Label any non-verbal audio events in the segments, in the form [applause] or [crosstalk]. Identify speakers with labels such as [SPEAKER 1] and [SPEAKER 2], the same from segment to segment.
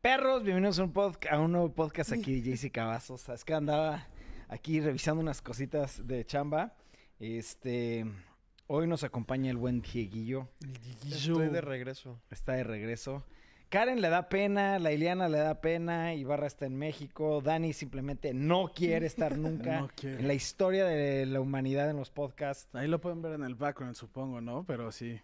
[SPEAKER 1] Perros, bienvenidos a un, podca- a un nuevo podcast
[SPEAKER 2] [laughs]
[SPEAKER 1] aquí de JC Cavazos. Es que andaba aquí revisando unas cositas de chamba. Este, hoy nos acompaña el buen Dieguillo.
[SPEAKER 3] Estoy de regreso.
[SPEAKER 1] Está de regreso. Karen le da pena, la Iliana le da pena, Ibarra está en México, Dani simplemente no quiere estar nunca
[SPEAKER 2] [laughs] No quiere.
[SPEAKER 1] en la historia de la humanidad en los podcasts.
[SPEAKER 2] Ahí lo pueden ver en el background, supongo, ¿no? Pero sí.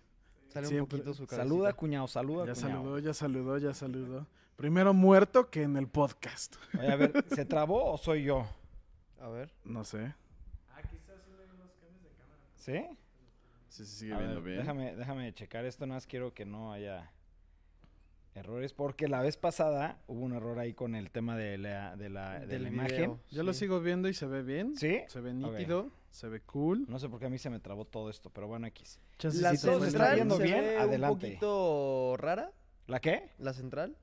[SPEAKER 3] Sale un
[SPEAKER 2] Siempre.
[SPEAKER 3] poquito su cabecita.
[SPEAKER 1] Saluda, cuñado, saluda,
[SPEAKER 2] Ya
[SPEAKER 1] cuñado.
[SPEAKER 2] saludó, ya saludó, ya saludó. Primero muerto que en el podcast.
[SPEAKER 1] Oye, a ver,
[SPEAKER 2] [laughs]
[SPEAKER 1] ¿se trabó o soy yo?
[SPEAKER 3] A ver.
[SPEAKER 2] No sé.
[SPEAKER 1] ¿Sí?
[SPEAKER 2] Sí, se sigue
[SPEAKER 1] A
[SPEAKER 2] viendo
[SPEAKER 1] ver,
[SPEAKER 2] bien.
[SPEAKER 1] Déjame, déjame checar esto, nada más quiero que no haya errores, porque la vez pasada hubo un error ahí con el tema de la, de
[SPEAKER 2] Ah,
[SPEAKER 1] la, de
[SPEAKER 3] del
[SPEAKER 1] la
[SPEAKER 3] video,
[SPEAKER 1] imagen.
[SPEAKER 2] Yo lo
[SPEAKER 3] sí.
[SPEAKER 2] sigo viendo y se ve bien.
[SPEAKER 1] ¿Sí?
[SPEAKER 2] Se ve nítido, se ve cool.
[SPEAKER 1] No sé por qué a mí se me trabó todo esto, pero bueno, X.
[SPEAKER 2] Chance
[SPEAKER 3] La
[SPEAKER 2] sí se
[SPEAKER 1] todo
[SPEAKER 2] ve
[SPEAKER 1] se
[SPEAKER 3] central
[SPEAKER 1] está
[SPEAKER 2] bien.
[SPEAKER 1] viendo
[SPEAKER 3] se
[SPEAKER 1] bien.
[SPEAKER 3] ve un
[SPEAKER 1] Adelante.
[SPEAKER 3] poquito rara.
[SPEAKER 1] ¿La qué?
[SPEAKER 3] La central.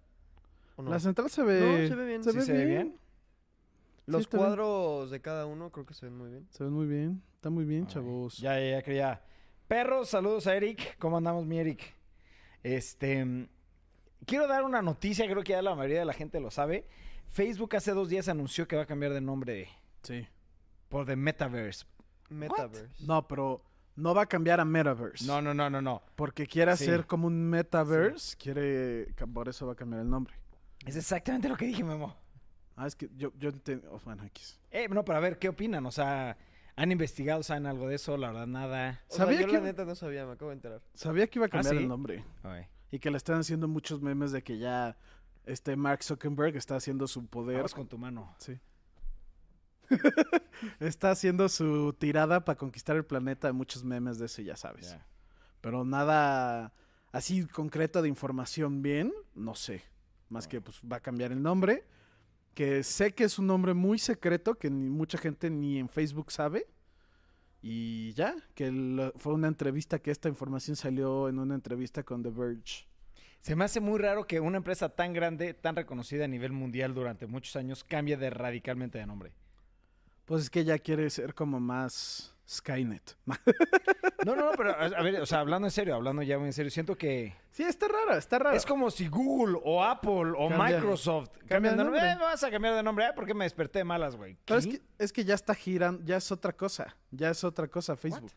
[SPEAKER 3] ¿O no?
[SPEAKER 2] La central se
[SPEAKER 3] No,
[SPEAKER 2] ve.
[SPEAKER 3] se ve bien.
[SPEAKER 2] Se
[SPEAKER 1] ¿Sí
[SPEAKER 2] ve
[SPEAKER 1] se ve
[SPEAKER 2] bien.
[SPEAKER 1] bien?
[SPEAKER 3] Los
[SPEAKER 2] está bien.
[SPEAKER 3] cuadros de cada uno creo que se ven muy bien.
[SPEAKER 2] Se ve muy bien. Está muy bien,
[SPEAKER 1] Ay,
[SPEAKER 2] chavos.
[SPEAKER 1] Ya, ya, ya, que ya. Perros, saludos a Eric. ¿Cómo andamos, mi Eric? Este. mm, Quiero dar una noticia, creo que ya la mayoría de la gente lo sabe. Facebook hace dos días anunció que va a cambiar de nombre
[SPEAKER 2] Sí.
[SPEAKER 1] por The Metaverse.
[SPEAKER 3] Metaverse.
[SPEAKER 2] No, pero no va a cambiar a Metaverse.
[SPEAKER 1] No, no, no, no, no.
[SPEAKER 2] Porque quiere
[SPEAKER 1] Sí.
[SPEAKER 2] hacer como un Metaverse. Quiere. Por eso va a cambiar el nombre.
[SPEAKER 1] Es exactamente lo que dije, Memo.
[SPEAKER 2] Ah, es que yo, yo entiendo. Oh, bueno, X.
[SPEAKER 1] Eh, no, pero a ver, ¿qué opinan? O sea, ¿han investigado, saben algo de eso? La verdad, nada.
[SPEAKER 3] O sea,
[SPEAKER 2] Sabía
[SPEAKER 3] yo
[SPEAKER 2] que-
[SPEAKER 3] la neta no sabía, me acabo de enterar.
[SPEAKER 2] Sabía que iba a
[SPEAKER 1] ¿Ah,
[SPEAKER 2] cambiar
[SPEAKER 1] sí?
[SPEAKER 2] el nombre.
[SPEAKER 1] A ver.
[SPEAKER 2] Y que le están haciendo muchos memes de que ya este Mark Zuckerberg está haciendo su poder.
[SPEAKER 1] Vamos con tu mano.
[SPEAKER 2] [laughs] Sí. está haciendo su tirada para conquistar el planeta. Muchos memes de eso, ya sabes.
[SPEAKER 1] Ya.
[SPEAKER 2] Pero nada así concreto de información bien, no sé. Más que pues va a cambiar el nombre. Que sé que es un nombre muy secreto que ni mucha gente ni en Facebook sabe. Y ya, que lo- fue una entrevista que esta información salió en una entrevista con The Verge.
[SPEAKER 1] Se me hace muy raro que una empresa tan grande, tan reconocida a nivel mundial durante muchos años, cambie de radicalmente de
[SPEAKER 2] [laughs]
[SPEAKER 1] nombre.
[SPEAKER 2] Pues es que ya quiere ser como más Skynet.
[SPEAKER 1] No, no, no, pero a a ver, o sea, hablando en serio, hablando ya muy en serio, siento que
[SPEAKER 2] Sí, está raro, está raro.
[SPEAKER 1] es como si Google o Apple o
[SPEAKER 2] Cambia-
[SPEAKER 1] Microsoft
[SPEAKER 2] cambia
[SPEAKER 1] cambian
[SPEAKER 2] de
[SPEAKER 1] de nombre.
[SPEAKER 2] nombre.
[SPEAKER 1] Eh, me vas a cambiar de nombre, Ah, ¿por qué me desperté de malas, güey?
[SPEAKER 2] Pero es
[SPEAKER 1] ¿Qué?
[SPEAKER 2] que, es que ya está girando, ya es otra cosa, ya es otra cosa Facebook.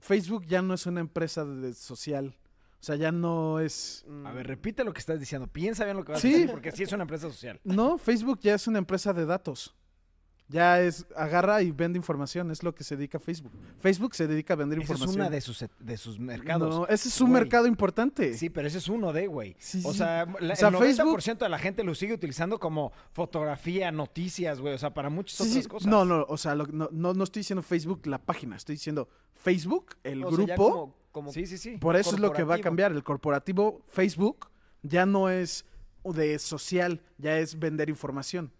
[SPEAKER 2] Facebook ya no es una empresa de- social, o sea, ya no es...
[SPEAKER 3] Mm,
[SPEAKER 1] A ver, repite lo que estás diciendo. Piensa bien lo que vas
[SPEAKER 2] Sí.
[SPEAKER 1] a decir, porque sí es una empresa social.
[SPEAKER 2] No, Facebook ya es una empresa de datos. Ya es, agarra y vende información, es lo que se dedica Facebook. Facebook se dedica a vender
[SPEAKER 1] Esa es
[SPEAKER 2] información.
[SPEAKER 1] una de sus, de sus mercados.
[SPEAKER 2] No, ese es un
[SPEAKER 1] Güey.
[SPEAKER 2] mercado importante.
[SPEAKER 1] Sí, pero ese es uno de, güey.
[SPEAKER 2] Sí,
[SPEAKER 1] o
[SPEAKER 2] sí.
[SPEAKER 1] sea, pues, la-
[SPEAKER 2] O sea,
[SPEAKER 1] el 90%
[SPEAKER 2] Facebook-
[SPEAKER 1] de la gente lo sigue utilizando como fotografía, noticias, güey. O sea, para muchas
[SPEAKER 2] Sí, sí.
[SPEAKER 1] otras cosas.
[SPEAKER 2] No, no, o sea, lo- no, no, no estoy diciendo Facebook la página, estoy diciendo Facebook, el
[SPEAKER 3] o sea,
[SPEAKER 2] grupo.
[SPEAKER 3] ya como- como
[SPEAKER 1] Sí, sí, sí.
[SPEAKER 2] Por eso es lo que va a
[SPEAKER 3] corporativo.
[SPEAKER 2] cambiar. El corporativo Facebook ya no es de social, ya es vender información.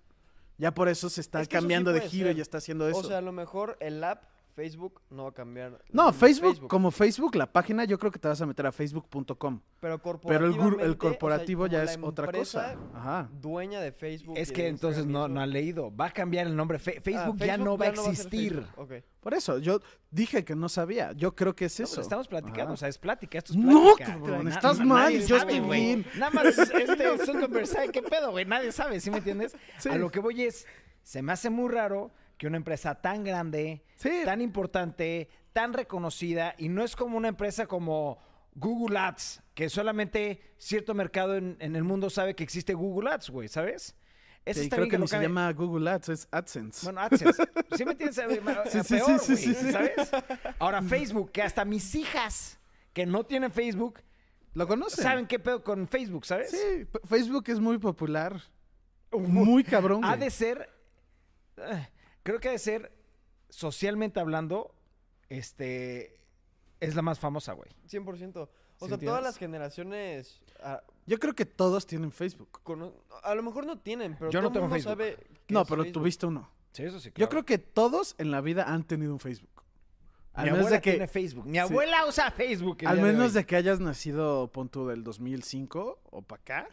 [SPEAKER 2] Ya por eso se está
[SPEAKER 3] Es que eso sí
[SPEAKER 2] cambiando de
[SPEAKER 3] puede
[SPEAKER 2] giro
[SPEAKER 3] ser.
[SPEAKER 2] y está haciendo eso.
[SPEAKER 3] O sea, a lo mejor el app Facebook no va a cambiar.
[SPEAKER 2] no,
[SPEAKER 3] El
[SPEAKER 2] Facebook, como Facebook, la página, yo creo que te vas a meter a facebook.com.
[SPEAKER 3] Pero,
[SPEAKER 2] Pero el, gru-
[SPEAKER 3] corporativamente,
[SPEAKER 2] el
[SPEAKER 3] o sea,
[SPEAKER 2] corporativo
[SPEAKER 3] como
[SPEAKER 2] ya
[SPEAKER 3] la
[SPEAKER 2] es otra cosa.
[SPEAKER 3] empresa
[SPEAKER 2] Ajá.
[SPEAKER 3] Dueña de Facebook.
[SPEAKER 1] Es
[SPEAKER 3] y
[SPEAKER 1] que
[SPEAKER 3] de
[SPEAKER 1] entonces
[SPEAKER 3] Instagram y
[SPEAKER 1] no,
[SPEAKER 3] eso.
[SPEAKER 1] no ha leído. Va a cambiar el nombre. Fe-
[SPEAKER 3] Ah,
[SPEAKER 1] Facebook, ya no va a
[SPEAKER 3] ser
[SPEAKER 1] existir.
[SPEAKER 3] Facebook, ok.
[SPEAKER 2] Por eso, yo dije que no sabía. Yo creo que es
[SPEAKER 1] No, pues
[SPEAKER 2] eso.
[SPEAKER 1] Estamos platicando,
[SPEAKER 2] Ajá.
[SPEAKER 1] o sea, es plática, esto es
[SPEAKER 2] No,
[SPEAKER 1] plática.
[SPEAKER 2] cabrón,
[SPEAKER 1] Na-
[SPEAKER 2] estás
[SPEAKER 1] na-
[SPEAKER 2] mal,
[SPEAKER 1] nadie
[SPEAKER 2] yo estoy
[SPEAKER 1] güey.
[SPEAKER 2] bien.
[SPEAKER 1] Nada
[SPEAKER 2] [laughs]
[SPEAKER 1] más este Zuckerberg sabe qué pedo, güey, nadie sabe, ¿sí me entiendes?
[SPEAKER 2] Sí.
[SPEAKER 1] A lo que voy es, se me hace muy raro que una empresa tan grande,
[SPEAKER 2] Sí.
[SPEAKER 1] tan importante, tan reconocida, y no es como una empresa como Google Ads, que solamente cierto mercado en, en el mundo sabe que existe Google Ads, güey, ¿sabes? Eso
[SPEAKER 2] Sí,
[SPEAKER 1] está
[SPEAKER 2] creo
[SPEAKER 1] bien
[SPEAKER 2] que, ni
[SPEAKER 1] lo
[SPEAKER 2] se
[SPEAKER 1] cambien.
[SPEAKER 2] llama Google Ads, es AdSense.
[SPEAKER 1] Bueno, AdSense. Sí me tienes a,
[SPEAKER 2] [laughs]
[SPEAKER 1] a-
[SPEAKER 2] Sí,
[SPEAKER 1] a
[SPEAKER 2] sí,
[SPEAKER 1] peor,
[SPEAKER 2] sí, sí,
[SPEAKER 1] güey,
[SPEAKER 2] sí, sí.
[SPEAKER 1] ¿sabes? Ahora
[SPEAKER 2] [laughs]
[SPEAKER 1] Facebook, que hasta mis hijas que no tienen Facebook
[SPEAKER 2] ¿Lo conocen?
[SPEAKER 1] saben qué pedo con Facebook, ¿sabes?
[SPEAKER 2] Sí, p- Facebook es muy popular. Muy cabrón.
[SPEAKER 1] Ha
[SPEAKER 2] güey.
[SPEAKER 1] de ser, eh, creo que ha de ser, socialmente hablando, este, es la más famosa, güey.
[SPEAKER 3] 100%. O
[SPEAKER 1] ¿Sí
[SPEAKER 3] sea,
[SPEAKER 1] entiendes?
[SPEAKER 3] todas las generaciones. A,
[SPEAKER 2] Yo creo que todos tienen Facebook.
[SPEAKER 3] cono- a lo mejor no tienen, pero
[SPEAKER 1] Yo no
[SPEAKER 3] todo
[SPEAKER 1] tengo
[SPEAKER 3] el mundo
[SPEAKER 1] Facebook.
[SPEAKER 3] sabe. que
[SPEAKER 2] No,
[SPEAKER 3] es
[SPEAKER 2] pero
[SPEAKER 3] Facebook.
[SPEAKER 2] tuviste uno.
[SPEAKER 1] Sí, eso sí.
[SPEAKER 2] Yo creo que todos en la vida han tenido un Facebook. Al
[SPEAKER 1] mi
[SPEAKER 2] menos
[SPEAKER 1] abuela
[SPEAKER 2] de que
[SPEAKER 1] tiene Facebook. Mi abuela usa Facebook. el
[SPEAKER 2] al
[SPEAKER 1] día
[SPEAKER 2] menos
[SPEAKER 1] hoy.
[SPEAKER 2] de que hayas nacido pon tú, del 2005 o para acá,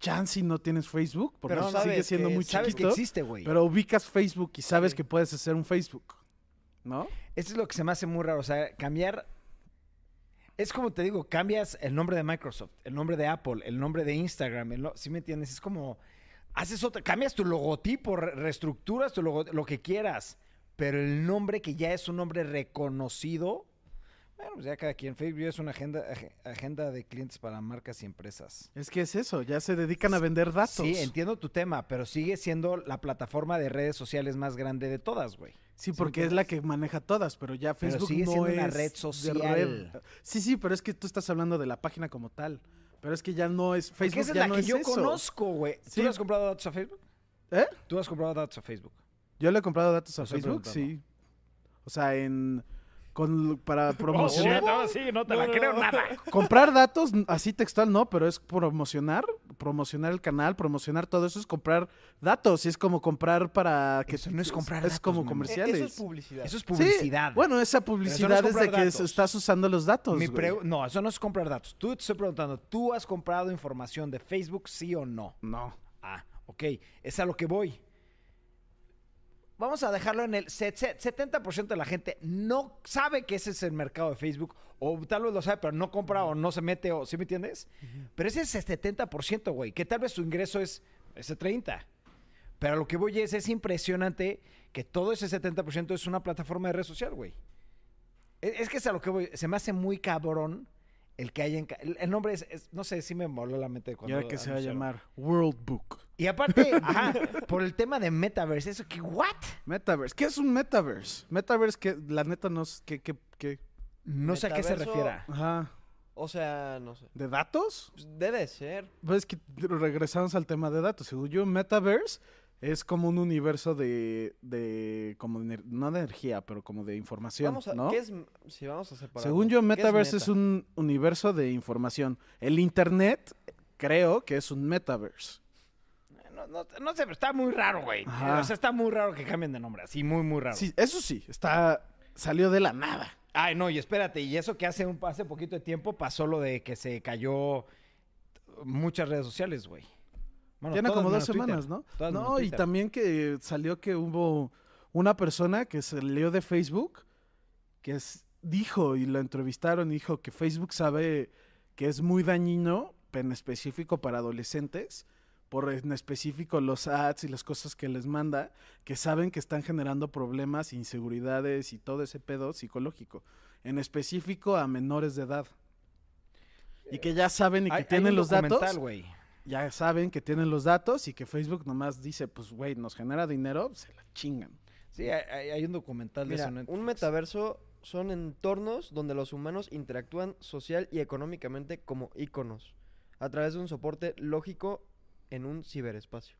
[SPEAKER 2] chance si no tienes Facebook, porque
[SPEAKER 3] Pero
[SPEAKER 2] eso sigue
[SPEAKER 3] sabes
[SPEAKER 2] siendo
[SPEAKER 3] que-
[SPEAKER 2] muy
[SPEAKER 1] Sabes
[SPEAKER 2] chiquito,
[SPEAKER 1] que existe, güey.
[SPEAKER 2] pero ubicas Facebook y sabes
[SPEAKER 3] Sí.
[SPEAKER 2] que puedes hacer un Facebook, ¿no?
[SPEAKER 1] Esto es lo que se me hace muy raro. O sea, cambiar. Es como te digo, cambias el nombre de Microsoft, el nombre de Apple, el nombre de Instagram, el no- ¿sí me entiendes? Es como, haces otra, cambias tu logotipo, re- reestructuras tu logo, lo que quieras, pero el nombre que ya es un nombre reconocido, bueno, pues ya cada quien, Facebook es una agenda, ag- agenda de clientes para marcas y empresas.
[SPEAKER 2] Es que es eso, ya se dedican a vender datos.
[SPEAKER 1] Sí, entiendo tu tema, pero sigue siendo la plataforma de redes sociales más grande de todas, güey.
[SPEAKER 2] Sí, porque es la que maneja todas, pero ya
[SPEAKER 1] Pero
[SPEAKER 2] Facebook
[SPEAKER 1] sigue
[SPEAKER 2] no
[SPEAKER 1] siendo
[SPEAKER 2] es
[SPEAKER 1] una red
[SPEAKER 2] de
[SPEAKER 1] social.
[SPEAKER 2] Sí, sí, pero es que tú estás hablando de la página como tal. Pero es que ya no es
[SPEAKER 1] Porque
[SPEAKER 2] Facebook,
[SPEAKER 1] esa es
[SPEAKER 2] ya
[SPEAKER 1] la
[SPEAKER 2] no
[SPEAKER 1] que
[SPEAKER 2] es
[SPEAKER 1] yo
[SPEAKER 2] eso.
[SPEAKER 1] conozco, güey. ¿Tú
[SPEAKER 2] Sí.
[SPEAKER 1] le has comprado datos a Facebook?
[SPEAKER 2] ¿Eh?
[SPEAKER 1] ¿Tú has comprado datos a Facebook?
[SPEAKER 2] Yo le he comprado datos a
[SPEAKER 1] Estoy
[SPEAKER 2] Facebook, sí.
[SPEAKER 1] preguntando. Oh,
[SPEAKER 2] O sea, en con
[SPEAKER 1] [laughs]
[SPEAKER 2] para
[SPEAKER 3] Oh,
[SPEAKER 2] promocionar.
[SPEAKER 1] sí, no
[SPEAKER 3] te la creo nada.
[SPEAKER 2] Comprar datos n- así textual no, pero es promocionar, promocionar el canal, promocionar todo eso es comprar datos, y es como comprar para que
[SPEAKER 1] Eso no es comprar
[SPEAKER 2] es
[SPEAKER 1] datos,
[SPEAKER 2] como
[SPEAKER 1] Memo.
[SPEAKER 3] E- Eso es
[SPEAKER 2] comerciales.
[SPEAKER 3] publicidad.
[SPEAKER 1] Eso es
[SPEAKER 2] Sí,
[SPEAKER 1] publicidad.
[SPEAKER 2] Bueno, esa publicidad es, de
[SPEAKER 1] comprar
[SPEAKER 2] que es-
[SPEAKER 1] datos.
[SPEAKER 2] estás usando los datos.
[SPEAKER 1] Mi
[SPEAKER 2] güey.
[SPEAKER 1] pregu- no, eso no es comprar datos. Tú te estoy preguntando, ¿tú has comprado información de Facebook, sí o no?
[SPEAKER 2] No.
[SPEAKER 1] Ah, ok. Es a lo que voy. Vamos a dejarlo en el se- se- 70% de la gente no sabe que ese es el mercado de Facebook o tal vez lo sabe pero no compra o no se mete o ¿sí me entiendes? Pero ese es el 70%, güey, que tal vez su ingreso es ese 30. Pero a lo que voy es es impresionante que todo ese 70% es una plataforma de red social, güey. E- Es que es a lo que voy, se me hace muy cabrón el que haya el, el nombre es, es- no sé, sí me moló la mente
[SPEAKER 2] ¿Y
[SPEAKER 1] cuando
[SPEAKER 2] ahora que se va a
[SPEAKER 1] anunciaron.
[SPEAKER 2] llamar? World Book.
[SPEAKER 1] Y aparte, ajá, por el tema de metaverse, eso que, ¿what?
[SPEAKER 2] Metaverse. ¿Qué es un metaverse? Metaverse que la neta no sé qué, qué, qué.
[SPEAKER 1] No sé a qué se
[SPEAKER 3] Metaverso.
[SPEAKER 1] refiera.
[SPEAKER 2] Ajá.
[SPEAKER 3] O sea, no sé.
[SPEAKER 2] ¿De datos?
[SPEAKER 3] Pues debe ser.
[SPEAKER 2] Pues es que regresamos al tema de datos. Según yo, Metaverse es como un universo de, de como de ener- no de energía, pero como de información,
[SPEAKER 3] Vamos a,
[SPEAKER 2] ¿no?
[SPEAKER 3] ¿qué es, si vamos a separar.
[SPEAKER 2] Según yo, Metaverse es, un universo de información. El Internet creo que es un Metaverse.
[SPEAKER 1] No, no, no sé, pero está muy raro, güey.
[SPEAKER 2] Ajá.
[SPEAKER 1] O sea, está muy raro que cambien de nombre, así, muy, muy raro.
[SPEAKER 2] Sí, eso sí, está salió de la nada.
[SPEAKER 1] Ay, no, y espérate, y eso que hace, un, hace poquito de tiempo pasó lo de que se cayó muchas redes sociales, güey. Bueno,
[SPEAKER 2] Tiene
[SPEAKER 1] todas
[SPEAKER 2] como dos
[SPEAKER 1] menos Twitter.
[SPEAKER 2] semanas, ¿no?
[SPEAKER 1] Todas menos
[SPEAKER 2] No, y
[SPEAKER 1] Twitter.
[SPEAKER 2] también que salió que hubo una persona que salió de Facebook que es- dijo y la entrevistaron, dijo que Facebook sabe que es muy dañino, pero en específico para adolescentes, por en específico los ads y las cosas que les manda, que saben que están generando problemas, inseguridades y todo ese pedo psicológico, en específico a menores de edad. Y que ya saben y que
[SPEAKER 1] Hay- hay
[SPEAKER 2] tienen
[SPEAKER 1] un
[SPEAKER 2] los
[SPEAKER 1] documental,
[SPEAKER 2] datos
[SPEAKER 1] güey.
[SPEAKER 2] ya saben que tienen los datos y que Facebook nomás dice, pues, güey, nos genera dinero, se la chingan.
[SPEAKER 1] Sí, hay, hay- hay un documental de
[SPEAKER 3] Mira,
[SPEAKER 1] eso. en
[SPEAKER 3] un
[SPEAKER 1] Netflix.
[SPEAKER 3] metaverso son entornos donde los humanos interactúan social y económicamente como íconos, a través de un soporte lógico en un ciberespacio.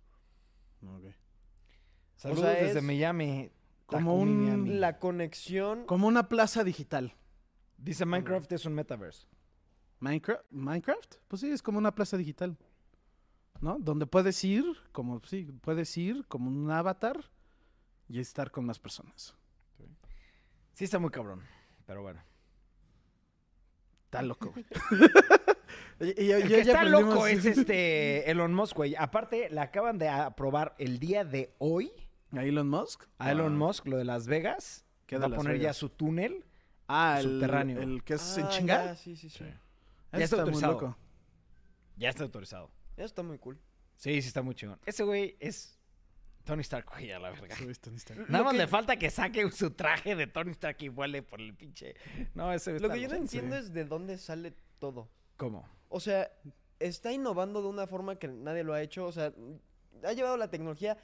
[SPEAKER 1] Saludos
[SPEAKER 3] o sea,
[SPEAKER 1] desde
[SPEAKER 3] es
[SPEAKER 1] Miami.
[SPEAKER 2] como
[SPEAKER 1] Takumi,
[SPEAKER 2] un-
[SPEAKER 1] Miami.
[SPEAKER 3] La conexión...
[SPEAKER 2] Como una plaza digital.
[SPEAKER 1] Dice Minecraft es un metaverso.
[SPEAKER 2] Minecraft, Minecraft, pues sí, es como una plaza digital. ¿No? Donde puedes ir, como sí, puedes ir como un avatar y estar con más personas.
[SPEAKER 1] Sí, está muy cabrón, pero bueno.
[SPEAKER 2] Está loco, güey. Y- y- y-
[SPEAKER 1] El
[SPEAKER 2] ya
[SPEAKER 1] que está [laughs]
[SPEAKER 2] aprendimos-
[SPEAKER 1] loco es este [laughs] Elon Musk, güey. Aparte, le acaban de aprobar el día de hoy
[SPEAKER 2] ¿A Elon Musk?
[SPEAKER 1] a Elon
[SPEAKER 2] Ah.
[SPEAKER 1] Musk, lo de Las Vegas.
[SPEAKER 2] ¿Qué de
[SPEAKER 1] va a
[SPEAKER 2] Las
[SPEAKER 1] poner ya
[SPEAKER 2] Vegas?
[SPEAKER 1] su túnel.
[SPEAKER 2] Ah, el
[SPEAKER 1] Subterráneo.
[SPEAKER 2] El que es en
[SPEAKER 3] Ah,
[SPEAKER 2] chinga.
[SPEAKER 3] ya, sí, sí, sí.
[SPEAKER 1] Sí.
[SPEAKER 2] Eso
[SPEAKER 1] Ya está
[SPEAKER 2] muy
[SPEAKER 1] autorizado.
[SPEAKER 2] loco.
[SPEAKER 1] Ya está autorizado.
[SPEAKER 3] Eso está muy cool.
[SPEAKER 1] Sí, sí, está muy chingón. Ese güey es Tony Stark, güey, a la verga.
[SPEAKER 2] Sí, está en Instagram.
[SPEAKER 1] Nada
[SPEAKER 3] Lo
[SPEAKER 1] más
[SPEAKER 3] que-
[SPEAKER 1] le falta que saque su traje de Tony Stark y vuele por el pinche. No, ese
[SPEAKER 3] Lo
[SPEAKER 1] está
[SPEAKER 3] que yo no
[SPEAKER 1] loco.
[SPEAKER 3] entiendo es de dónde sale todo.
[SPEAKER 1] ¿Cómo?
[SPEAKER 3] O sea, está innovando de una forma que nadie lo ha hecho. O sea, ha llevado la tecnología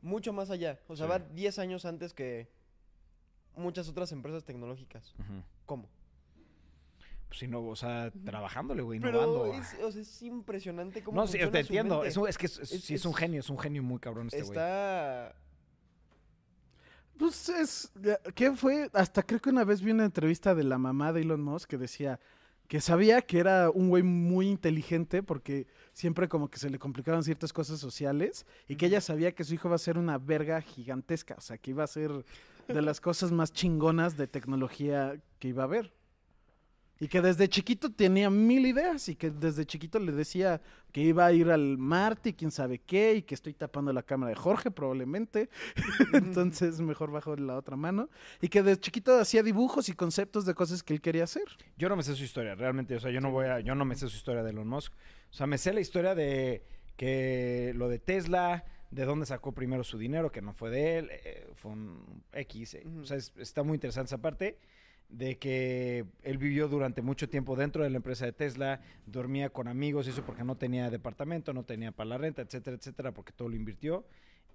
[SPEAKER 3] mucho más allá. O sea,
[SPEAKER 1] Sí.
[SPEAKER 3] va 10 años antes que muchas otras empresas tecnológicas.
[SPEAKER 1] Ujú.
[SPEAKER 3] ¿Cómo?
[SPEAKER 1] Pues sí, no, o sea, trabajándole, güey,
[SPEAKER 3] Pero
[SPEAKER 1] innovando.
[SPEAKER 3] es, o sea, es impresionante cómo
[SPEAKER 1] no, sí,
[SPEAKER 3] funciona
[SPEAKER 1] te
[SPEAKER 3] su
[SPEAKER 1] entiendo.
[SPEAKER 3] mente.
[SPEAKER 1] Es, un- es que es, es-
[SPEAKER 3] Es-
[SPEAKER 1] sí es un
[SPEAKER 3] es-
[SPEAKER 1] genio, es un genio muy cabrón este güey.
[SPEAKER 3] Está...
[SPEAKER 2] Pues es. ¿Qué fue? Hasta creo que una vez vi una entrevista de la mamá de Elon Musk que decía que sabía que era un güey muy inteligente porque siempre como que se le complicaban ciertas cosas sociales y que ella sabía que su hijo va a ser una verga gigantesca. O sea, que iba a ser de las cosas más chingonas de tecnología que iba a haber. Y que desde chiquito tenía mil ideas y que desde chiquito le decía que iba a ir al Marte y quién sabe qué y que estoy tapando la cámara de Jorge probablemente. [laughs] Entonces mejor bajo la otra mano. Y que desde chiquito hacía dibujos y conceptos de cosas que él quería hacer.
[SPEAKER 1] Yo no me sé su historia, realmente. O sea, yo no voy a, yo no me sé su historia de Elon Musk. O sea, me sé la historia de que lo de Tesla, de dónde sacó primero su dinero, que no fue de él, eh, fue un X. eh. O sea, es- está muy interesante esa parte de que él vivió durante mucho tiempo dentro de la empresa de Tesla, dormía con amigos, eso porque no tenía departamento, no tenía para la renta, etcétera, etcétera, porque todo lo invirtió.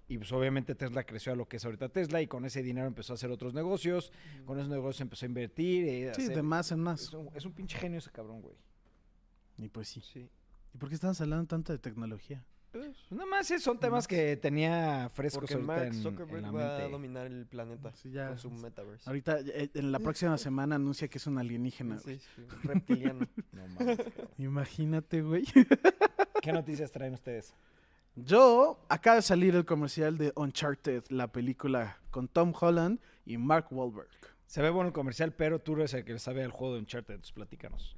[SPEAKER 1] Y pues obviamente Tesla creció a lo que es ahorita Tesla y con ese dinero empezó a hacer otros negocios, con esos negocios empezó a invertir. eh, a
[SPEAKER 2] Sí,
[SPEAKER 1] hacer-
[SPEAKER 2] de más en
[SPEAKER 1] es
[SPEAKER 2] más.
[SPEAKER 1] un, es un pinche genio ese cabrón, güey.
[SPEAKER 2] Y pues sí.
[SPEAKER 3] Sí. Pues,
[SPEAKER 2] ¿Y por qué estamos hablando tanto de tecnología?
[SPEAKER 1] Nada más eh, son temas que tenía frescos
[SPEAKER 3] Porque
[SPEAKER 1] ahorita
[SPEAKER 3] Mark
[SPEAKER 1] en-
[SPEAKER 3] Zuckerberg
[SPEAKER 1] en, la
[SPEAKER 3] va a
[SPEAKER 1] mente.
[SPEAKER 3] dominar el planeta
[SPEAKER 2] Sí, ya.
[SPEAKER 3] con su metaverse.
[SPEAKER 2] Ahorita, eh, en la próxima semana anuncia que es un alienígena.
[SPEAKER 3] Sí, sí, reptiliano. [laughs]
[SPEAKER 1] No mames, cabrón.
[SPEAKER 2] güey. Imagínate, güey.
[SPEAKER 1] ¿Qué noticias traen ustedes?
[SPEAKER 2] Yo acaba de salir el comercial de Uncharted, la película con Tom Holland y Mark Wahlberg.
[SPEAKER 1] Se ve bueno el comercial, pero tú eres el que le sabe al juego de Uncharted, entonces platícanos.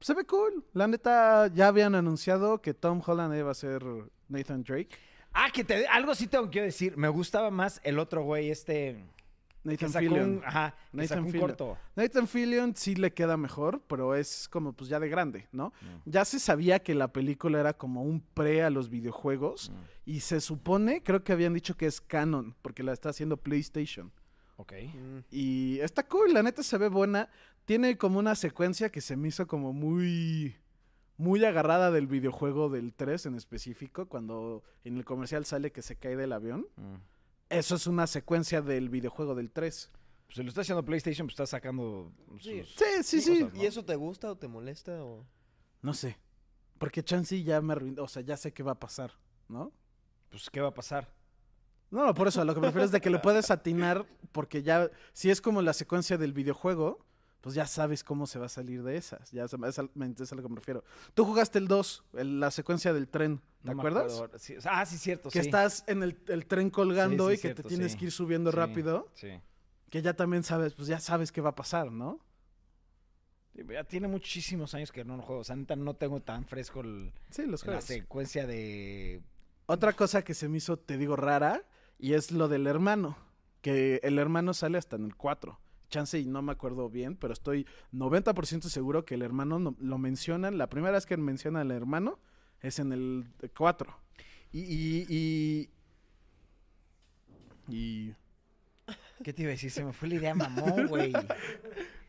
[SPEAKER 2] Se ve cool. La neta, ya habían anunciado que Tom Holland iba a ser Nathan Drake.
[SPEAKER 1] Ah, que te, algo sí tengo que decir. Me gustaba más el otro güey, este. Que
[SPEAKER 2] Nathan
[SPEAKER 1] sacó
[SPEAKER 2] Fillion.
[SPEAKER 1] un, ajá, que
[SPEAKER 2] Nathan
[SPEAKER 1] sacó un
[SPEAKER 2] Fillion.
[SPEAKER 1] corto.
[SPEAKER 2] Nathan Fillion sí le queda mejor, pero es como pues ya de grande, ¿no?
[SPEAKER 1] Mm.
[SPEAKER 2] Ya se sabía que la película era como un pre a los videojuegos y se supone, creo que habían dicho que es canon porque la está haciendo PlayStation.
[SPEAKER 1] Ok.
[SPEAKER 3] Mm.
[SPEAKER 2] Y está cool, la neta se ve buena. Tiene como una secuencia que se me hizo como muy. Muy agarrada del videojuego del 3 en específico, cuando en el comercial sale que se cae del avión.
[SPEAKER 1] Mm.
[SPEAKER 2] Eso es una secuencia del videojuego del 3.
[SPEAKER 1] Pues si lo está haciendo PlayStation, pues está sacando.
[SPEAKER 3] Sí.
[SPEAKER 1] sus-
[SPEAKER 2] Sí, sí,
[SPEAKER 1] Sí, o
[SPEAKER 2] sí.
[SPEAKER 1] sea,
[SPEAKER 3] ¿Y eso te gusta o te molesta? O...
[SPEAKER 2] No sé. Porque Chansey ya me arruinó. O sea, ya sé qué va a pasar, ¿no?
[SPEAKER 1] Pues, ¿qué va a pasar?
[SPEAKER 2] No, no, por eso, a lo que me refiero es de que lo puedes atinar, porque ya, si es como la secuencia del videojuego, pues ya sabes cómo se va a salir de esas. Ya se- es, al- me- es a lo que me refiero. Tú jugaste el 2, el- la secuencia del tren, ¿te
[SPEAKER 1] No me
[SPEAKER 2] acuerdas?
[SPEAKER 1] acuerdo. Sí, o sea, ah, sí, cierto.
[SPEAKER 2] Que
[SPEAKER 1] sí.
[SPEAKER 2] estás en el, el tren colgando
[SPEAKER 1] Sí, sí,
[SPEAKER 2] y que
[SPEAKER 1] cierto,
[SPEAKER 2] te tienes
[SPEAKER 1] sí.
[SPEAKER 2] que ir subiendo
[SPEAKER 1] Sí,
[SPEAKER 2] rápido,
[SPEAKER 1] Sí.
[SPEAKER 2] que ya también sabes, pues ya sabes qué va a pasar, ¿no?
[SPEAKER 1] Sí, Ya tiene muchísimos años que no lo juego. O sea, neta, no tengo tan fresco el-
[SPEAKER 2] Sí, los
[SPEAKER 1] la
[SPEAKER 2] juegos.
[SPEAKER 1] secuencia de.
[SPEAKER 2] Otra cosa que se me hizo, te digo, rara, y es lo del hermano. Que el hermano sale hasta en el 4. Chance y no me acuerdo bien, pero estoy 90% seguro que el hermano no- lo mencionan. La primera vez que mencionan al hermano es en el 4.
[SPEAKER 1] Y, y, y-
[SPEAKER 2] Y.
[SPEAKER 1] ¿Qué te iba a decir? Se me fue la idea, mamón,
[SPEAKER 2] [laughs]
[SPEAKER 1] güey.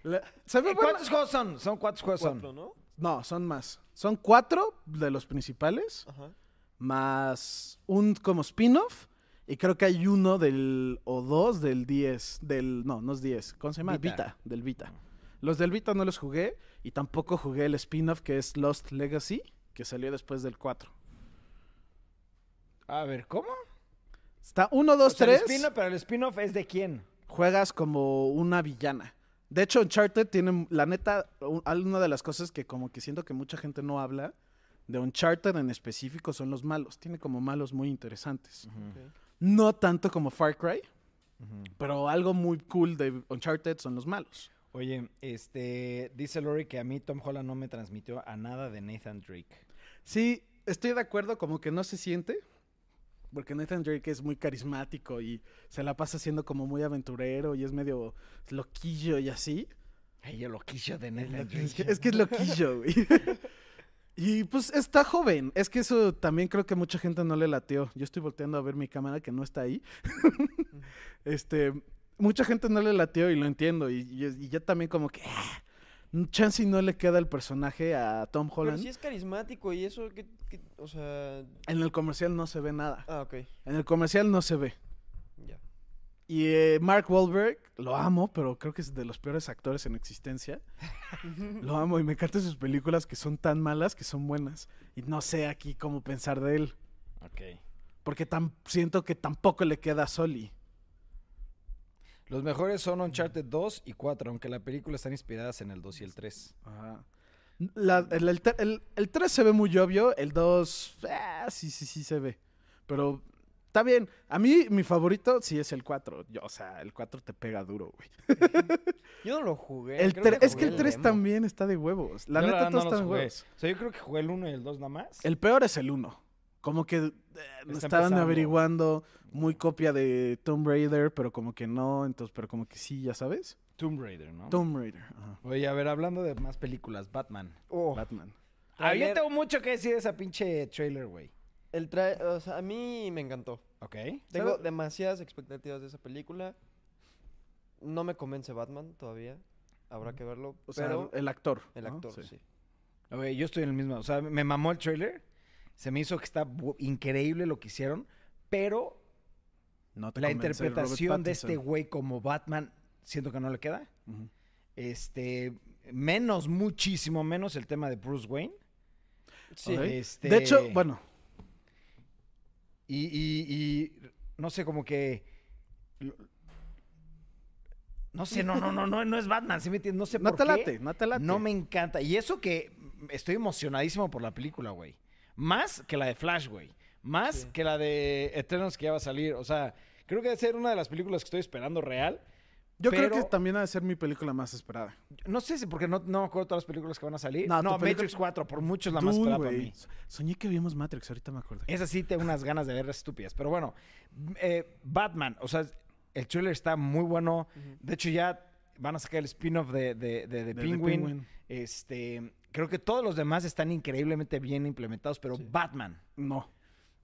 [SPEAKER 2] la- se ve
[SPEAKER 1] Eh,
[SPEAKER 2] buena-
[SPEAKER 1] ¿Cuántos juegos son? ¿Son cuántos juegos
[SPEAKER 3] Cuatro,
[SPEAKER 1] son?
[SPEAKER 3] ¿no?
[SPEAKER 2] No, son más. Son cuatro de los principales,
[SPEAKER 3] Ajá.
[SPEAKER 2] más un como spin-off. Y creo que hay uno del. o dos del 10. Del. No, no es 10. ¿Cómo se llama?
[SPEAKER 1] Vita.
[SPEAKER 2] Vita. del Vita. Los del Vita no los jugué. Y tampoco jugué el spin-off que es Lost Legacy, que salió después del 4.
[SPEAKER 1] A ver, ¿cómo?
[SPEAKER 2] Está 1, 2,
[SPEAKER 1] O sea, el
[SPEAKER 2] 3.
[SPEAKER 1] spin-off, pero el spin-off es de quién?
[SPEAKER 2] Juegas como una villana. De hecho, Uncharted tiene. La neta, u- una de las cosas que como que siento que mucha gente no habla de Uncharted en específico son los malos. Tiene como malos muy interesantes.
[SPEAKER 3] ok.
[SPEAKER 2] No tanto como Far Cry, pero algo muy cool de Uncharted son los malos.
[SPEAKER 1] Oye, este, dice Lori que a mí Tom Holland no me transmitió a nada de Nathan Drake.
[SPEAKER 2] Sí, estoy de acuerdo, como que no se siente. Porque Nathan Drake es muy carismático y se la pasa siendo como muy aventurero y es medio loquillo y así.
[SPEAKER 1] Ay, yo lo quiso de Nathan
[SPEAKER 2] Es que
[SPEAKER 1] Drake.
[SPEAKER 2] es, que es loquillo, güey. Y pues está joven. Es que eso también creo que mucha gente no le lateó. Yo estoy volteando a ver mi cámara que no está ahí. [laughs] este, mucha gente no le lateó y lo entiendo. Y, y- y yo también como que... ah, Chance y no le queda el personaje a Tom
[SPEAKER 3] Pero
[SPEAKER 2] Holland.
[SPEAKER 3] sí es carismático y eso que, que- o sea,
[SPEAKER 2] En el comercial no se ve nada.
[SPEAKER 3] ah, ok,
[SPEAKER 2] En el comercial no se ve.
[SPEAKER 3] ya.
[SPEAKER 2] Y eh, Mark Wahlberg, lo amo, pero creo que es de los peores actores en existencia. lo amo y me encantan sus películas que son tan malas que son buenas. Y no sé aquí cómo pensar de él.
[SPEAKER 1] Ok.
[SPEAKER 2] Porque tam- siento que tampoco le queda a Soli.
[SPEAKER 1] Los mejores son Uncharted 2 y 4, aunque la película están inspiradas en el 2 y el 3.
[SPEAKER 2] La- el, el te- el- el 3 se ve muy obvio, el 2 ah, sí, sí, sí se ve. Pero Está bien. A mí, mi favorito sí es el 4. Yo, o sea, el 4 te pega duro, güey.
[SPEAKER 3] Yo no lo jugué.
[SPEAKER 2] El
[SPEAKER 3] creo
[SPEAKER 2] tre- es
[SPEAKER 3] jugué
[SPEAKER 2] que el 3
[SPEAKER 3] demo.
[SPEAKER 2] también está de huevos. La
[SPEAKER 1] Yo
[SPEAKER 2] neta,
[SPEAKER 1] verdad
[SPEAKER 2] todos
[SPEAKER 1] no los
[SPEAKER 2] están de
[SPEAKER 1] jugué.
[SPEAKER 2] huevos.
[SPEAKER 1] O sea, yo creo que jugué el 1 y el 2 nada más.
[SPEAKER 2] El peor es el 1. Como que eh,
[SPEAKER 1] Está
[SPEAKER 2] estaban
[SPEAKER 1] empezando.
[SPEAKER 2] averiguando muy copia de Tomb Raider, pero como que no, entonces, pero como que sí, ya sabes.
[SPEAKER 1] Tomb Raider, ¿no?
[SPEAKER 2] Tomb Raider, ajá.
[SPEAKER 1] Oye, a ver, hablando de más películas, Batman.
[SPEAKER 3] Oh,
[SPEAKER 2] Batman.
[SPEAKER 1] Ah, yo
[SPEAKER 3] Trailer.
[SPEAKER 1] tengo mucho que decir de esa pinche trailer, güey.
[SPEAKER 3] el tra- o sea, a mí me encantó.
[SPEAKER 1] ¿Ok?
[SPEAKER 3] Tengo
[SPEAKER 1] ¿Sabes?
[SPEAKER 3] demasiadas expectativas de esa película. No me convence Batman todavía. Habrá que verlo.
[SPEAKER 2] O sea,
[SPEAKER 3] pero
[SPEAKER 2] el actor.
[SPEAKER 3] el
[SPEAKER 2] ¿no?
[SPEAKER 3] actor, sí.
[SPEAKER 1] Oye, yo estoy en el mismo. O sea, me mamó el trailer. Se me hizo que está bu- increíble lo que hicieron. Pero
[SPEAKER 2] No te
[SPEAKER 1] la
[SPEAKER 2] convence Robert
[SPEAKER 1] interpretación de este
[SPEAKER 2] Pattinson.
[SPEAKER 1] güey como Batman, siento que no le queda.
[SPEAKER 2] Ujú.
[SPEAKER 1] Este, menos, muchísimo menos el tema de Bruce Wayne.
[SPEAKER 3] Sí.
[SPEAKER 2] Ok.
[SPEAKER 1] Este-
[SPEAKER 2] De hecho, bueno,
[SPEAKER 1] Y, y- y, no sé, como que. lo- No sé, no, no, no, no, no es Batman, ¿sí me entiendes? No sé
[SPEAKER 2] no
[SPEAKER 1] por
[SPEAKER 2] te
[SPEAKER 1] qué.
[SPEAKER 2] late, no te late.
[SPEAKER 1] No me encanta. Y eso que estoy emocionadísimo por la película, güey. Más que la de Flash, güey. Más
[SPEAKER 3] Sí.
[SPEAKER 1] que la de Eternals que ya va a salir. O sea, creo que debe ser una de las películas que estoy esperando real.
[SPEAKER 2] Yo creo
[SPEAKER 1] pero-
[SPEAKER 2] que también ha de ser mi película más esperada.
[SPEAKER 1] No sé si porque no, no me acuerdo todas las películas que van a salir. No,
[SPEAKER 2] No, tu película-
[SPEAKER 1] Matrix 4, por mucho es la más
[SPEAKER 2] Dune,
[SPEAKER 1] esperada para
[SPEAKER 2] güey.
[SPEAKER 1] mí.
[SPEAKER 2] So- Soñé que vimos Matrix, ahorita me acuerdo.
[SPEAKER 1] Esas sí tengo unas ganas de ver estúpidas. Pero bueno, eh, Batman, o sea, el trailer está muy bueno.
[SPEAKER 3] Ujú.
[SPEAKER 1] De hecho, ya van a sacar el spin-off de, de, de, de
[SPEAKER 2] De The
[SPEAKER 1] Penguin.
[SPEAKER 2] Penguin.
[SPEAKER 1] Este, creo que todos los demás están increíblemente bien implementados, pero Batman,
[SPEAKER 2] No.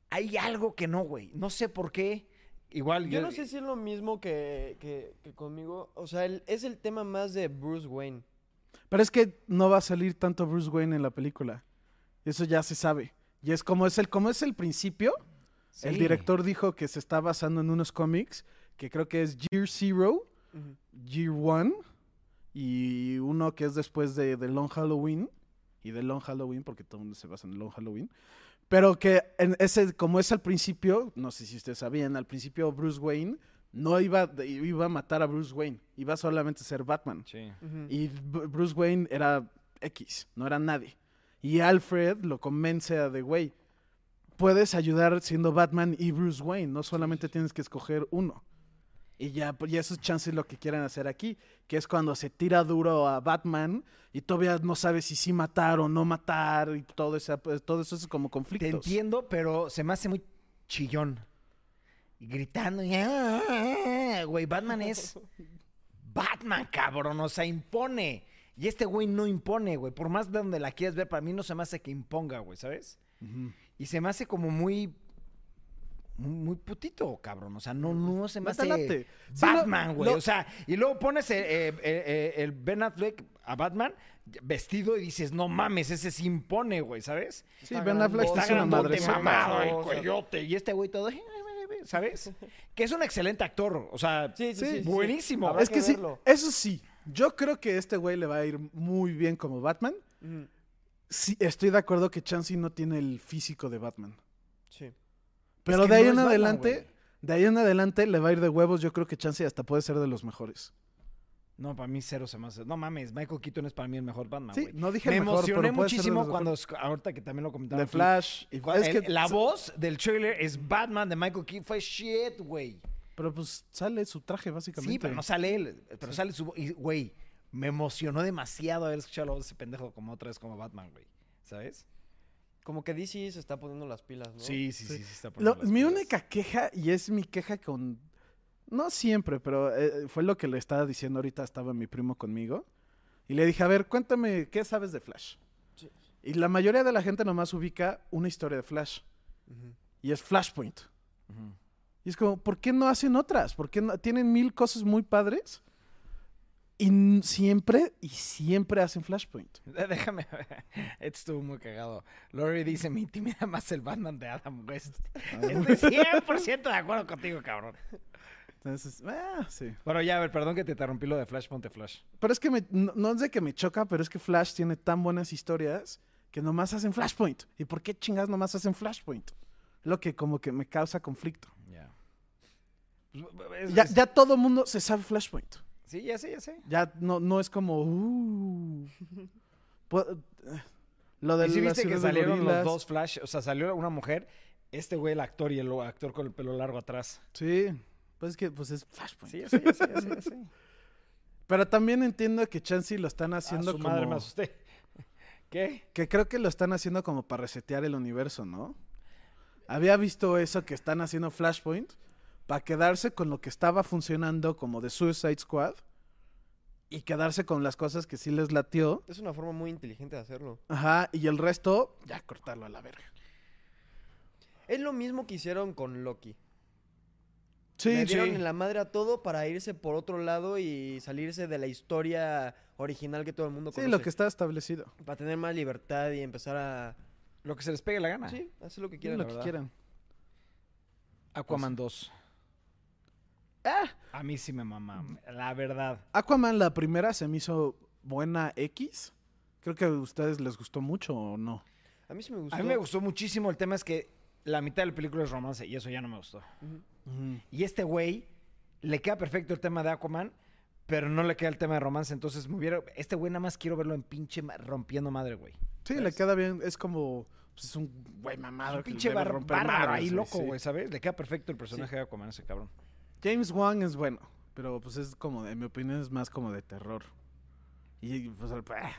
[SPEAKER 1] hay algo que no, güey. No sé por qué. Igual
[SPEAKER 3] Yo no sé si es lo mismo que, que- que conmigo. O sea, el- es el tema más de Bruce Wayne.
[SPEAKER 2] Pero es que no va a salir tanto Bruce Wayne en la película. Eso ya se sabe. Y es como es el, como es el principio. El
[SPEAKER 1] Sí.
[SPEAKER 2] director dijo que se está basando en unos cómics que creo que es Year Zero,
[SPEAKER 3] Ujú.
[SPEAKER 2] Year One y uno que es después de The Long Halloween y The Long Halloween porque todo el mundo se basa en The Long Halloween. Pero que en ese, como es al principio, no sé si ustedes sabían, al principio Bruce Wayne no iba, de- iba a matar a Bruce Wayne, iba solamente a ser Batman.
[SPEAKER 1] Sí.
[SPEAKER 3] Ujú.
[SPEAKER 2] Y B- Bruce Wayne era X, no era nadie. Y Alfred lo convence a de, güey, puedes ayudar siendo Batman y Bruce Wayne, no solamente tienes que escoger uno. Y ya, pues, ya esos chances lo que quieren hacer aquí, que es cuando se tira duro a Batman y todavía no sabe si sí matar o no matar y todo, esa- pues, todo eso es como
[SPEAKER 1] Te
[SPEAKER 2] conflictos.
[SPEAKER 1] entiendo, pero se me hace muy chillón. Y Gritando, y, "Ah, ah, ah". güey, Batman
[SPEAKER 2] [laughs]
[SPEAKER 1] es Batman, cabrón, o sea, impone. Y este güey no impone, güey. Por más de donde la quieras ver, para mí no se me hace que imponga, güey, ¿sabes?
[SPEAKER 2] Ujú.
[SPEAKER 1] Y se me hace como muy muy muy putito, cabrón. O sea, no, no se me
[SPEAKER 2] No te
[SPEAKER 1] hace
[SPEAKER 2] late. Sí, no,
[SPEAKER 1] Batman, güey.
[SPEAKER 2] lo-
[SPEAKER 1] O sea, y luego pones el, eh, eh, eh, el Ben Affleck a Batman vestido y dices, no mames, ese se impone, güey, ¿sabes?
[SPEAKER 2] Sí,
[SPEAKER 3] Está
[SPEAKER 2] Ben Affleck
[SPEAKER 3] grandote,
[SPEAKER 1] Está
[SPEAKER 2] Oh, es una
[SPEAKER 1] grandote,
[SPEAKER 2] madre.
[SPEAKER 1] mamado,
[SPEAKER 3] Sí.
[SPEAKER 1] el coyote. Y este güey todo, ¿sabes? Que es un excelente actor. O sea,
[SPEAKER 3] Sí, sí, sí, sí.
[SPEAKER 1] buenísimo.
[SPEAKER 3] Habrá
[SPEAKER 2] Es que,
[SPEAKER 3] que
[SPEAKER 2] sí,
[SPEAKER 3] verlo.
[SPEAKER 2] eso sí, yo creo que este güey le va a ir muy bien como Batman.
[SPEAKER 3] Ujú.
[SPEAKER 2] Sí, estoy de acuerdo que Chansey no tiene el físico de Batman.
[SPEAKER 3] Sí.
[SPEAKER 2] Pero
[SPEAKER 1] que
[SPEAKER 2] de ahí
[SPEAKER 1] no
[SPEAKER 2] en
[SPEAKER 1] es Batman,
[SPEAKER 2] adelante,
[SPEAKER 1] güey.
[SPEAKER 2] de ahí en adelante le va a ir de huevos. Yo creo que Chansey hasta puede ser de los mejores.
[SPEAKER 1] No, para mí cero se me hace. No mames, Michael Keaton es para mí el mejor Batman,
[SPEAKER 2] Sí,
[SPEAKER 1] güey.
[SPEAKER 2] no dije
[SPEAKER 1] Me
[SPEAKER 2] el mejor, pero
[SPEAKER 1] emocioné
[SPEAKER 2] puede ser de
[SPEAKER 1] muchísimo
[SPEAKER 2] los
[SPEAKER 1] cuando, ahorita que también lo comentaron.
[SPEAKER 2] De
[SPEAKER 1] aquí,
[SPEAKER 2] Flash. y-
[SPEAKER 1] Cua-
[SPEAKER 2] es
[SPEAKER 1] el-
[SPEAKER 2] que
[SPEAKER 1] la
[SPEAKER 2] sa-
[SPEAKER 1] voz del trailer es Batman de Michael Keaton. Fue shit, güey.
[SPEAKER 2] Pero pues sale su traje, básicamente.
[SPEAKER 1] Sí, pero no sale él. Pero sale su voz. Y, güey, me emocionó demasiado haber escuchado la voz de ese pendejo como otra vez como Batman, güey. ¿Sabes?
[SPEAKER 3] Como que DC se está poniendo las pilas, ¿no?
[SPEAKER 1] sí, sí, sí. está
[SPEAKER 2] Lo-
[SPEAKER 1] poniendo las
[SPEAKER 2] mi
[SPEAKER 1] pilas.
[SPEAKER 2] única queja, y es mi queja con. No siempre, pero eh, fue lo que le estaba diciendo ahorita. Estaba mi primo conmigo. Y le dije, a ver, cuéntame, ¿qué sabes de Flash?
[SPEAKER 3] Sí.
[SPEAKER 2] Y la mayoría de la gente nomás ubica una historia de Flash.
[SPEAKER 3] Ujú.
[SPEAKER 2] Y es Flashpoint.
[SPEAKER 1] Ujú. [laughs]
[SPEAKER 2] Y es como, ¿por qué no hacen otras? ¿Por qué no? Tienen mil cosas muy padres. Y n- siempre, y siempre hacen Flashpoint.
[SPEAKER 1] Eh, Déjame ver. Esto estuvo muy cagado. Lori dice, me intimida más el Batman de Adam West.
[SPEAKER 2] Ah.
[SPEAKER 1] [laughs] Estoy 100% de acuerdo contigo, cabrón.
[SPEAKER 2] Entonces, ah, sí.
[SPEAKER 1] Bueno, ya, a ver, perdón que te interrumpí lo de Flash, ponte Flash.
[SPEAKER 2] Pero es que me- no, no es de que me choca, pero es que Flash tiene tan buenas historias que nomás hacen Flashpoint. ¿Y por qué chingadas nomás hacen Flashpoint? Lo que como que me causa conflicto.
[SPEAKER 1] Ya. Pues, es-
[SPEAKER 2] Ya,
[SPEAKER 1] es-
[SPEAKER 2] ya todo mundo se sabe Flashpoint.
[SPEAKER 1] Sí, ya sé, ya sé.
[SPEAKER 2] Ya no, no es como... "Uh". Po- eh, lo de
[SPEAKER 1] ¿Y sí
[SPEAKER 2] la
[SPEAKER 1] viste que
[SPEAKER 2] ciudad de
[SPEAKER 1] salieron los
[SPEAKER 2] gorilas.
[SPEAKER 1] dos Flash? O sea, salió una mujer Este güey, el actor y el actor con el pelo largo atrás.
[SPEAKER 2] Sí. Pues es que pues es Flashpoint.
[SPEAKER 1] Sí, sí, sí, sí, sí. [laughs]
[SPEAKER 2] Pero también entiendo que Chansey lo están haciendo
[SPEAKER 1] Ah, su
[SPEAKER 2] como.
[SPEAKER 1] madre me asusté. [laughs] ¿Qué?
[SPEAKER 2] Que creo que lo están haciendo como para resetear el universo, ¿no? Había visto eso que están haciendo Flashpoint para quedarse con lo que estaba funcionando como de Suicide Squad y quedarse con las cosas que sí les latió.
[SPEAKER 3] Es una forma muy inteligente de hacerlo.
[SPEAKER 2] Ajá, y el resto, ya cortarlo a la verga.
[SPEAKER 3] Es lo mismo que hicieron con Loki.
[SPEAKER 2] Sí,
[SPEAKER 3] Le
[SPEAKER 2] sí.
[SPEAKER 3] dieron en la madre a todo para irse por otro lado y salirse de la historia original que todo el mundo
[SPEAKER 2] Sí,
[SPEAKER 3] conoce.
[SPEAKER 2] lo que está establecido.
[SPEAKER 3] Para tener más libertad y empezar a...
[SPEAKER 1] Lo que se les pegue la gana.
[SPEAKER 3] Sí, hacer lo que
[SPEAKER 2] Sí,
[SPEAKER 3] quieran,
[SPEAKER 2] Ah. lo
[SPEAKER 3] la
[SPEAKER 2] que
[SPEAKER 3] verdad.
[SPEAKER 2] quieran.
[SPEAKER 1] Aquaman 2. A mí sí me mamá. La verdad.
[SPEAKER 2] Aquaman, la primera se me hizo buena X. Creo que a ustedes les gustó mucho o no.
[SPEAKER 3] A mí sí me gustó.
[SPEAKER 1] A mí me gustó muchísimo. El tema es que la mitad de la película es romance y eso ya no me gustó.
[SPEAKER 3] Ujú.
[SPEAKER 1] Y este güey le queda perfecto el tema de Aquaman, pero no le queda el tema de romance. Entonces, me hubiera. Este güey nada más quiero verlo en pinche ma- rompiendo madre, güey.
[SPEAKER 2] Sí, le
[SPEAKER 1] ¿Sabes?
[SPEAKER 2] queda bien. Es como. Pues es un güey mamado.
[SPEAKER 1] Es un
[SPEAKER 2] que
[SPEAKER 1] pinche
[SPEAKER 2] debe
[SPEAKER 1] bar-
[SPEAKER 2] romper
[SPEAKER 1] bárbaro
[SPEAKER 2] madres,
[SPEAKER 1] ahí loco,
[SPEAKER 2] sí.
[SPEAKER 1] güey, ¿sabes? Le queda perfecto el personaje de Aquaman a ese cabrón.
[SPEAKER 2] James Wan es bueno, pero pues es como, en mi opinión, es más como de terror. Y pues, el- ah,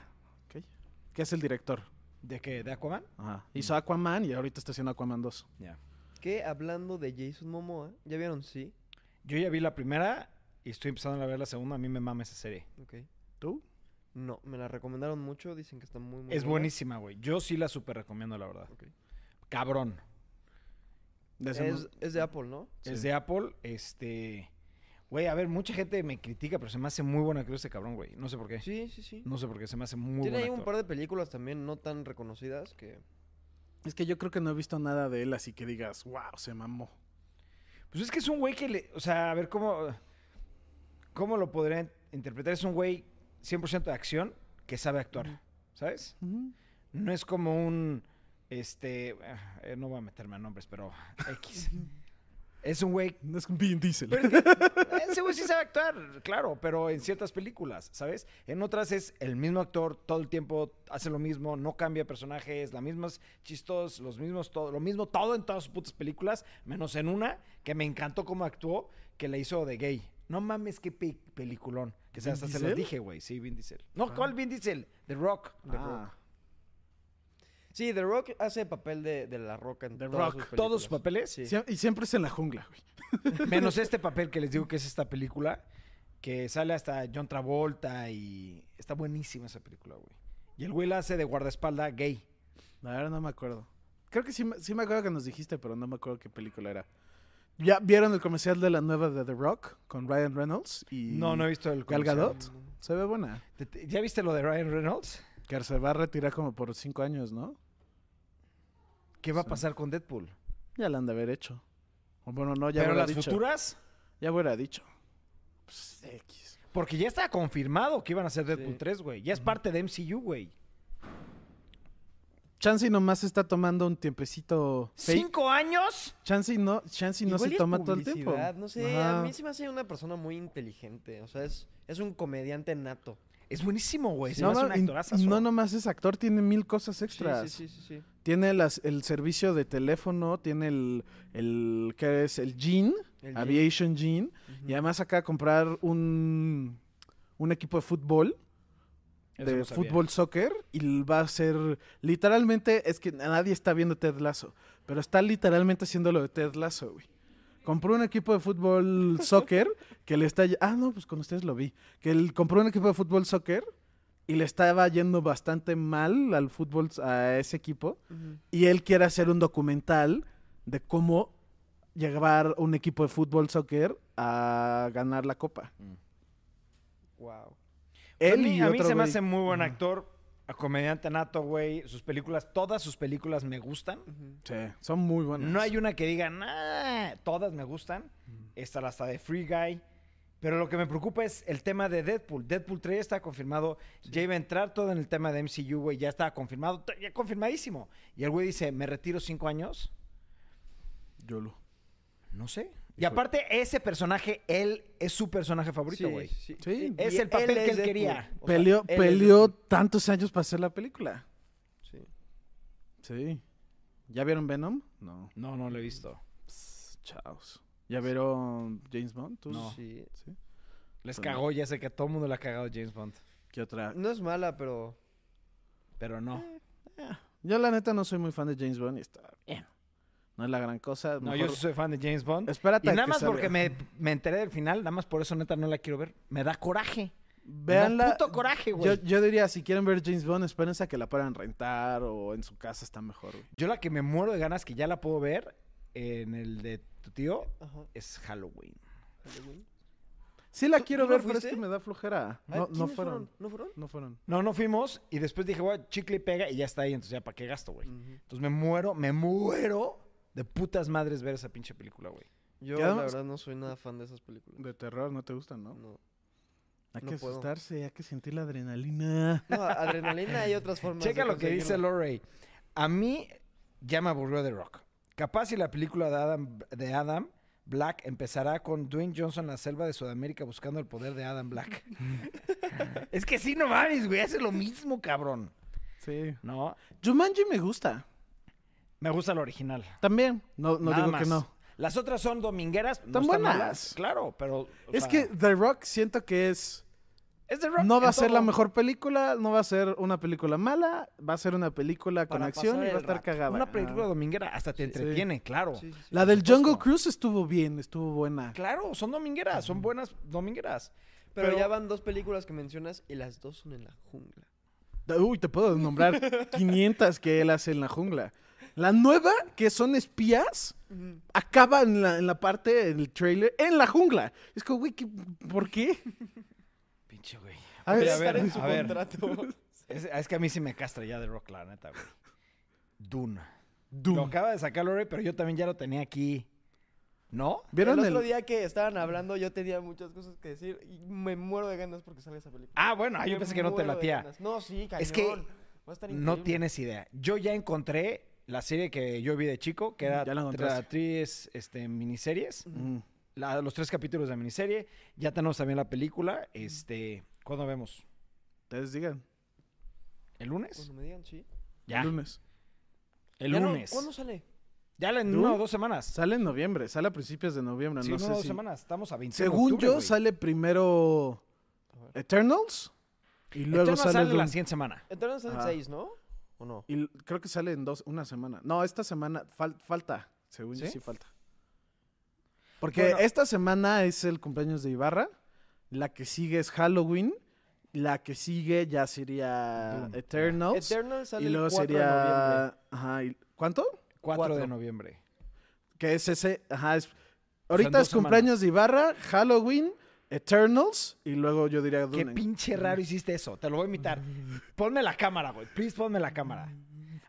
[SPEAKER 2] ok. ¿Qué es el director?
[SPEAKER 1] ¿De qué? ¿De Aquaman?
[SPEAKER 2] Ajá. Hizo
[SPEAKER 1] Mm.
[SPEAKER 2] Aquaman y ahorita está haciendo Aquaman 2.
[SPEAKER 1] Ya.
[SPEAKER 3] Que hablando de Jason Momoa, ¿ya vieron? Sí.
[SPEAKER 1] Yo ya vi la primera y estoy empezando a ver la segunda. A mí me mama esa serie.
[SPEAKER 3] Ok.
[SPEAKER 2] ¿Tú?
[SPEAKER 3] No, me la recomendaron mucho, dicen que está muy, muy
[SPEAKER 1] Es
[SPEAKER 3] buena.
[SPEAKER 1] buenísima, güey. Yo sí la súper recomiendo, la verdad.
[SPEAKER 3] Ok.
[SPEAKER 1] Cabrón.
[SPEAKER 2] Le
[SPEAKER 3] Es,
[SPEAKER 2] hacemos-
[SPEAKER 3] es de Apple, ¿no?
[SPEAKER 1] Es
[SPEAKER 2] Sí.
[SPEAKER 1] de Apple. Este. Güey, a ver, mucha gente me critica, pero se me hace muy buena cruz este cabrón, güey. No sé por qué.
[SPEAKER 3] Sí, sí, sí.
[SPEAKER 1] No sé por qué, se me hace muy
[SPEAKER 3] Tiene
[SPEAKER 1] buen
[SPEAKER 3] ahí un
[SPEAKER 1] actor.
[SPEAKER 3] par de películas también no tan reconocidas que...
[SPEAKER 2] Es que yo creo que no he visto nada de él, así que digas, wow, se mamó.
[SPEAKER 1] Pues es que es un güey que le. O sea, a ver cómo. ¿Cómo lo podrían interpretar? Es un güey 100% de acción que sabe actuar. ¿Sabes? No es como un. Este. eh, no voy a meterme a nombres, pero.
[SPEAKER 3] [laughs]
[SPEAKER 1] X. es un güey.
[SPEAKER 2] No es un bien diesel. [laughs]
[SPEAKER 1] pero es que, Ese güey sí sabe actuar, claro, pero en ciertas películas, ¿sabes? En otras es el mismo actor, todo el tiempo hace lo mismo, no cambia personajes, las mismas chistos, los mismos todo, lo mismo todo en todas sus putas películas, menos en una que me encantó cómo actuó, que la hizo de gay. No mames, qué pe- peliculón. Que se
[SPEAKER 2] ¿Vin
[SPEAKER 1] hasta se los
[SPEAKER 2] Diesel?
[SPEAKER 1] dije, güey. Sí, Vin Diesel. No,
[SPEAKER 2] Ah.
[SPEAKER 1] ¿cuál Vin Diesel? The Rock.
[SPEAKER 3] The Rock. Sí, The Rock hace papel de, de La Roca en
[SPEAKER 2] The
[SPEAKER 3] todas
[SPEAKER 2] Rock.
[SPEAKER 3] sus películas.
[SPEAKER 1] Todos sus papeles.
[SPEAKER 3] Sí.
[SPEAKER 2] Sie- y siempre es en la jungla, güey.
[SPEAKER 1] Menos este papel que les digo que es esta película, que sale hasta John Travolta y está buenísima esa película, güey. Y el güey la hace de guardaespaldas gay.
[SPEAKER 2] La verdad no me acuerdo. Creo que sí, me- sí me acuerdo que nos dijiste, pero no me acuerdo qué película era. ¿Ya vieron el comercial de la nueva de The Rock con Ryan Reynolds? Y
[SPEAKER 1] No, no he visto el
[SPEAKER 2] Gal
[SPEAKER 1] comercial.
[SPEAKER 2] Gadot. Se ve buena.
[SPEAKER 1] ¿Te- te- ¿Ya viste lo de Ryan Reynolds?
[SPEAKER 2] Que se va a retirar como por cinco años, ¿no?
[SPEAKER 1] ¿Qué va a
[SPEAKER 2] Sí.
[SPEAKER 1] pasar con Deadpool?
[SPEAKER 2] Ya la han de haber hecho. O bueno, no, ya
[SPEAKER 1] Pero
[SPEAKER 2] hubiera
[SPEAKER 1] las
[SPEAKER 2] dicho.
[SPEAKER 1] futuras,
[SPEAKER 2] Ya hubiera dicho. Pues, X.
[SPEAKER 1] porque ya está confirmado que iban a hacer Deadpool
[SPEAKER 3] Sí.
[SPEAKER 1] 3, güey. Ya es parte de MCU, güey.
[SPEAKER 2] Chansey nomás está tomando un tiempecito fake.
[SPEAKER 1] ¿Cinco años?
[SPEAKER 2] Chansey no, Chansey no
[SPEAKER 3] Igual y
[SPEAKER 2] se
[SPEAKER 3] es
[SPEAKER 2] toma todo el tiempo.
[SPEAKER 3] publicidad, No sé, a
[SPEAKER 2] Ajá.
[SPEAKER 3] mí se me hace una persona muy inteligente. O sea, es, es un comediante nato.
[SPEAKER 1] Es buenísimo, güey. Se
[SPEAKER 2] no,
[SPEAKER 1] me hace
[SPEAKER 2] no,
[SPEAKER 1] un
[SPEAKER 2] y-
[SPEAKER 1] actorazazo.
[SPEAKER 2] no nomás es actor, tiene mil cosas
[SPEAKER 3] Sí,
[SPEAKER 2] extras.
[SPEAKER 3] sí, sí, sí, sí.
[SPEAKER 2] Tiene las, el servicio de teléfono, tiene el, el ¿qué es? El Jean,
[SPEAKER 3] El Jim.
[SPEAKER 2] Aviation Jean.
[SPEAKER 3] Ujú.
[SPEAKER 2] Y además acá comprar un, un equipo de fútbol,
[SPEAKER 1] Eso
[SPEAKER 2] de
[SPEAKER 1] no sabía.
[SPEAKER 2] fútbol soccer, y va a ser, literalmente, es que nadie está viendo Ted Lasso, pero está literalmente haciendo lo de Ted Lasso, güey. Compró un equipo de fútbol soccer que le está... ll- Ah, no, pues con ustedes lo vi. Que él compró un equipo de fútbol soccer y le estaba yendo bastante mal al fútbol, a ese equipo.
[SPEAKER 3] Ujú.
[SPEAKER 2] Y él quiere hacer un documental de cómo llevar un equipo de fútbol soccer a ganar la copa.
[SPEAKER 1] Mm.
[SPEAKER 3] Wow.
[SPEAKER 1] a
[SPEAKER 2] Él
[SPEAKER 1] mí,
[SPEAKER 2] y
[SPEAKER 1] a mí
[SPEAKER 2] otro
[SPEAKER 1] se me
[SPEAKER 2] güey.
[SPEAKER 1] hace muy buen
[SPEAKER 2] Ajá.
[SPEAKER 1] actor, a comediante nato, güey. Sus películas, todas sus películas me gustan.
[SPEAKER 3] Ujú.
[SPEAKER 2] Sí, son muy buenos.
[SPEAKER 1] No hay una que diga, nah, todas me gustan.
[SPEAKER 3] Mm.
[SPEAKER 1] Esta la está de Free Guy. Pero lo que me preocupa es el tema de Deadpool. Deadpool 3 está confirmado. Ya iba a entrar todo en el tema de MCU, güey. Ya estaba confirmado. t- Ya confirmadísimo. Y el güey dice, ¿me retiro cinco años?
[SPEAKER 2] Yolo.
[SPEAKER 1] No sé. Y aparte, ese personaje, él es su personaje favorito,
[SPEAKER 3] Sí,
[SPEAKER 1] güey.
[SPEAKER 3] sí,
[SPEAKER 2] Sí.
[SPEAKER 3] Y-
[SPEAKER 1] Es
[SPEAKER 3] y
[SPEAKER 1] el papel que
[SPEAKER 3] es
[SPEAKER 1] él quería.
[SPEAKER 3] Deadpool. O sea,
[SPEAKER 2] Peleó,
[SPEAKER 3] él es
[SPEAKER 2] peleó
[SPEAKER 3] Deadpool.
[SPEAKER 2] tantos años para hacer la película.
[SPEAKER 3] Sí.
[SPEAKER 2] Sí. ¿Ya vieron Venom? No.
[SPEAKER 1] No, no lo he visto.
[SPEAKER 2] Pss, chaos. ¿Ya vieron James Bond? ¿Tú?
[SPEAKER 1] No.
[SPEAKER 3] Sí.
[SPEAKER 2] ¿Sí?
[SPEAKER 1] Les
[SPEAKER 2] Pues no.
[SPEAKER 1] cagó, ya sé que a todo mundo le ha cagado James Bond.
[SPEAKER 2] ¿Qué otra?
[SPEAKER 3] No es mala, pero.
[SPEAKER 1] Pero no.
[SPEAKER 2] Yo la neta no soy muy fan de James Bond y está bien. No es la gran cosa.
[SPEAKER 1] No,
[SPEAKER 2] mejor-
[SPEAKER 1] yo sí soy fan de James Bond.
[SPEAKER 2] Espérate
[SPEAKER 1] Y
[SPEAKER 2] a
[SPEAKER 1] nada
[SPEAKER 2] que
[SPEAKER 1] más
[SPEAKER 2] salga.
[SPEAKER 1] porque me, me enteré del final, nada más por eso neta no la quiero ver. Me da coraje. Me
[SPEAKER 2] Véanla.
[SPEAKER 1] da puto coraje,
[SPEAKER 2] Yo,
[SPEAKER 1] güey. Yo,
[SPEAKER 2] yo diría, si quieren ver James Bond, espérense a que la puedan rentar o en su casa está mejor, güey.
[SPEAKER 1] la que me muero de ganas que ya la puedo ver en el de tu tío
[SPEAKER 3] Ajá.
[SPEAKER 1] es Halloween.
[SPEAKER 3] Halloween.
[SPEAKER 2] Sí la
[SPEAKER 3] ¿Tú-
[SPEAKER 2] quiero
[SPEAKER 3] tú no
[SPEAKER 2] ver, pero es que
[SPEAKER 3] fuiste?
[SPEAKER 2] me da flojera.
[SPEAKER 3] Ah,
[SPEAKER 2] No, no
[SPEAKER 3] ¿quiénes
[SPEAKER 2] fueron.
[SPEAKER 3] ¿No fueron?
[SPEAKER 2] No fueron.
[SPEAKER 1] No, no fuimos y después dije, güey, chicle y pega y ya está ahí, entonces ya para qué gasto, güey.
[SPEAKER 2] Mm.
[SPEAKER 3] Ujú.
[SPEAKER 1] Entonces me muero, me muero de putas madres ver esa pinche película, güey.
[SPEAKER 3] Yo,
[SPEAKER 2] Y
[SPEAKER 3] la
[SPEAKER 2] además-
[SPEAKER 3] verdad, no soy nada fan de esas películas.
[SPEAKER 2] De terror, no te gustan, ¿no?
[SPEAKER 3] No.
[SPEAKER 2] Hay
[SPEAKER 3] no
[SPEAKER 2] que
[SPEAKER 3] puedo.
[SPEAKER 2] asustarse, hay que sentir la adrenalina.
[SPEAKER 3] No, adrenalina
[SPEAKER 1] [laughs]
[SPEAKER 3] hay otras formas. de
[SPEAKER 1] Checa lo que dice
[SPEAKER 3] conseguirla.
[SPEAKER 1] Lorray. A mí ya me aburrió The Rock. Capaz si la película de Adam, de Adam Black empezará con Dwayne Johnson en la selva de Sudamérica buscando el poder de Adam Black. es que sí, no mames, güey. Hace lo mismo, cabrón.
[SPEAKER 2] Sí.
[SPEAKER 1] No,
[SPEAKER 2] Jumanji me gusta.
[SPEAKER 1] me gusta la original.
[SPEAKER 2] También. No, no
[SPEAKER 1] Nada
[SPEAKER 2] digo que
[SPEAKER 1] más.
[SPEAKER 2] no.
[SPEAKER 1] Las otras son domingueras. no
[SPEAKER 2] Están
[SPEAKER 1] están
[SPEAKER 2] buenas.
[SPEAKER 1] malas, claro, pero... o
[SPEAKER 2] Es
[SPEAKER 1] sea,
[SPEAKER 2] que The Rock siento que es...
[SPEAKER 1] es The Rock
[SPEAKER 2] No va
[SPEAKER 1] en
[SPEAKER 2] a ser la
[SPEAKER 1] todo.
[SPEAKER 2] mejor película, no va a ser una película mala, va a ser una película con
[SPEAKER 3] Para
[SPEAKER 2] acción y
[SPEAKER 3] pasar
[SPEAKER 2] va a
[SPEAKER 3] el
[SPEAKER 2] estar
[SPEAKER 3] rato.
[SPEAKER 2] cagada.
[SPEAKER 1] Una película
[SPEAKER 2] Ah.
[SPEAKER 1] dominguera hasta te
[SPEAKER 2] Sí.
[SPEAKER 1] entretiene, claro.
[SPEAKER 3] Sí, sí, sí.
[SPEAKER 2] La del Jungle
[SPEAKER 1] supuesto.
[SPEAKER 2] Cruise estuvo bien, estuvo buena.
[SPEAKER 1] Claro, son domingueras, son buenas domingueras.
[SPEAKER 3] Pero,
[SPEAKER 1] Pero-
[SPEAKER 3] ya van dos películas que mencionas y las dos son en la jungla.
[SPEAKER 2] Uy, te puedo nombrar 500 que él hace en la jungla. La nueva, que son espías, acaba en la, en la parte del trailer en la jungla. Es como, güey, ¿qué- ¿por qué?
[SPEAKER 1] Pinche güey.
[SPEAKER 2] A
[SPEAKER 1] Voy
[SPEAKER 2] ver,
[SPEAKER 1] a
[SPEAKER 2] estar
[SPEAKER 1] ver,
[SPEAKER 2] en
[SPEAKER 1] a ver. [laughs]
[SPEAKER 3] contrato.
[SPEAKER 1] Es, es que a mí sí me castra ya de Rock, la neta, güey. Dune. Lo
[SPEAKER 2] Doom.
[SPEAKER 1] acaba de sacar Lore, pero yo también ya lo tenía aquí. ¿No?
[SPEAKER 2] ¿Vieron
[SPEAKER 3] el
[SPEAKER 2] el,
[SPEAKER 3] otro día que estaban hablando yo tenía muchas cosas que decir y me muero de ganas porque sale esa película.
[SPEAKER 1] Ah, bueno, ah, yo
[SPEAKER 3] Me
[SPEAKER 1] pensé que no te
[SPEAKER 3] muero de
[SPEAKER 1] latía.
[SPEAKER 3] ganas. No, sí, cañón.
[SPEAKER 1] Es que
[SPEAKER 3] Va a estar
[SPEAKER 1] No
[SPEAKER 3] increíble.
[SPEAKER 1] tienes idea. Yo ya encontré la serie que yo vi de chico, que era
[SPEAKER 2] Ya la encontraste.
[SPEAKER 1] tra- tres este, miniseries.
[SPEAKER 2] Mm.
[SPEAKER 1] La- los tres capítulos de la miniserie. Ya tenemos también la película. Este, ¿Cuándo vemos?
[SPEAKER 2] Ustedes digan,
[SPEAKER 1] ¿El lunes?
[SPEAKER 3] Cuando me digan, sí.
[SPEAKER 1] Ya.
[SPEAKER 2] el lunes.
[SPEAKER 1] El
[SPEAKER 3] Ya no,
[SPEAKER 1] lunes.
[SPEAKER 3] ¿Cuándo sale?
[SPEAKER 1] Ya la- en
[SPEAKER 2] ¿Dune?
[SPEAKER 1] una o dos semanas.
[SPEAKER 2] Sale en noviembre, sale a principios de noviembre,
[SPEAKER 1] Sí,
[SPEAKER 2] no
[SPEAKER 1] en
[SPEAKER 2] sé
[SPEAKER 1] una o dos
[SPEAKER 2] si-
[SPEAKER 1] semanas. Estamos a 20
[SPEAKER 2] Según yo, sale primero
[SPEAKER 3] A ver.
[SPEAKER 2] Eternals y luego sale, Doom.
[SPEAKER 1] la siguiente semana.
[SPEAKER 3] Entonces sale el
[SPEAKER 2] Ajá.
[SPEAKER 3] 6, ¿no? ¿O no?
[SPEAKER 2] Y l- creo que sale en dos, una semana. No, esta semana fal- falta. Según yo,
[SPEAKER 1] ¿Sí?
[SPEAKER 2] sí falta. Porque
[SPEAKER 1] Bueno.
[SPEAKER 2] esta semana es el cumpleaños de Ibarra. La que sigue es Halloween. La que sigue ya sería
[SPEAKER 1] Doom, ya.
[SPEAKER 2] Eternals.
[SPEAKER 3] Eternal sale
[SPEAKER 2] y luego
[SPEAKER 3] el 4
[SPEAKER 2] sería.
[SPEAKER 3] de noviembre.
[SPEAKER 2] Ajá, y- ¿Cuánto?
[SPEAKER 1] 4, de
[SPEAKER 2] Cuatro.
[SPEAKER 1] noviembre.
[SPEAKER 2] Que es ese. Ajá, es. Ahorita
[SPEAKER 1] dos
[SPEAKER 2] es cumpleaños de Ibarra, Halloween, Eternals. Y luego yo diría
[SPEAKER 1] Qué
[SPEAKER 2] Dune.
[SPEAKER 1] pinche raro hiciste eso. Te lo voy a imitar. Ponme la cámara, güey. Please, ponme la cámara.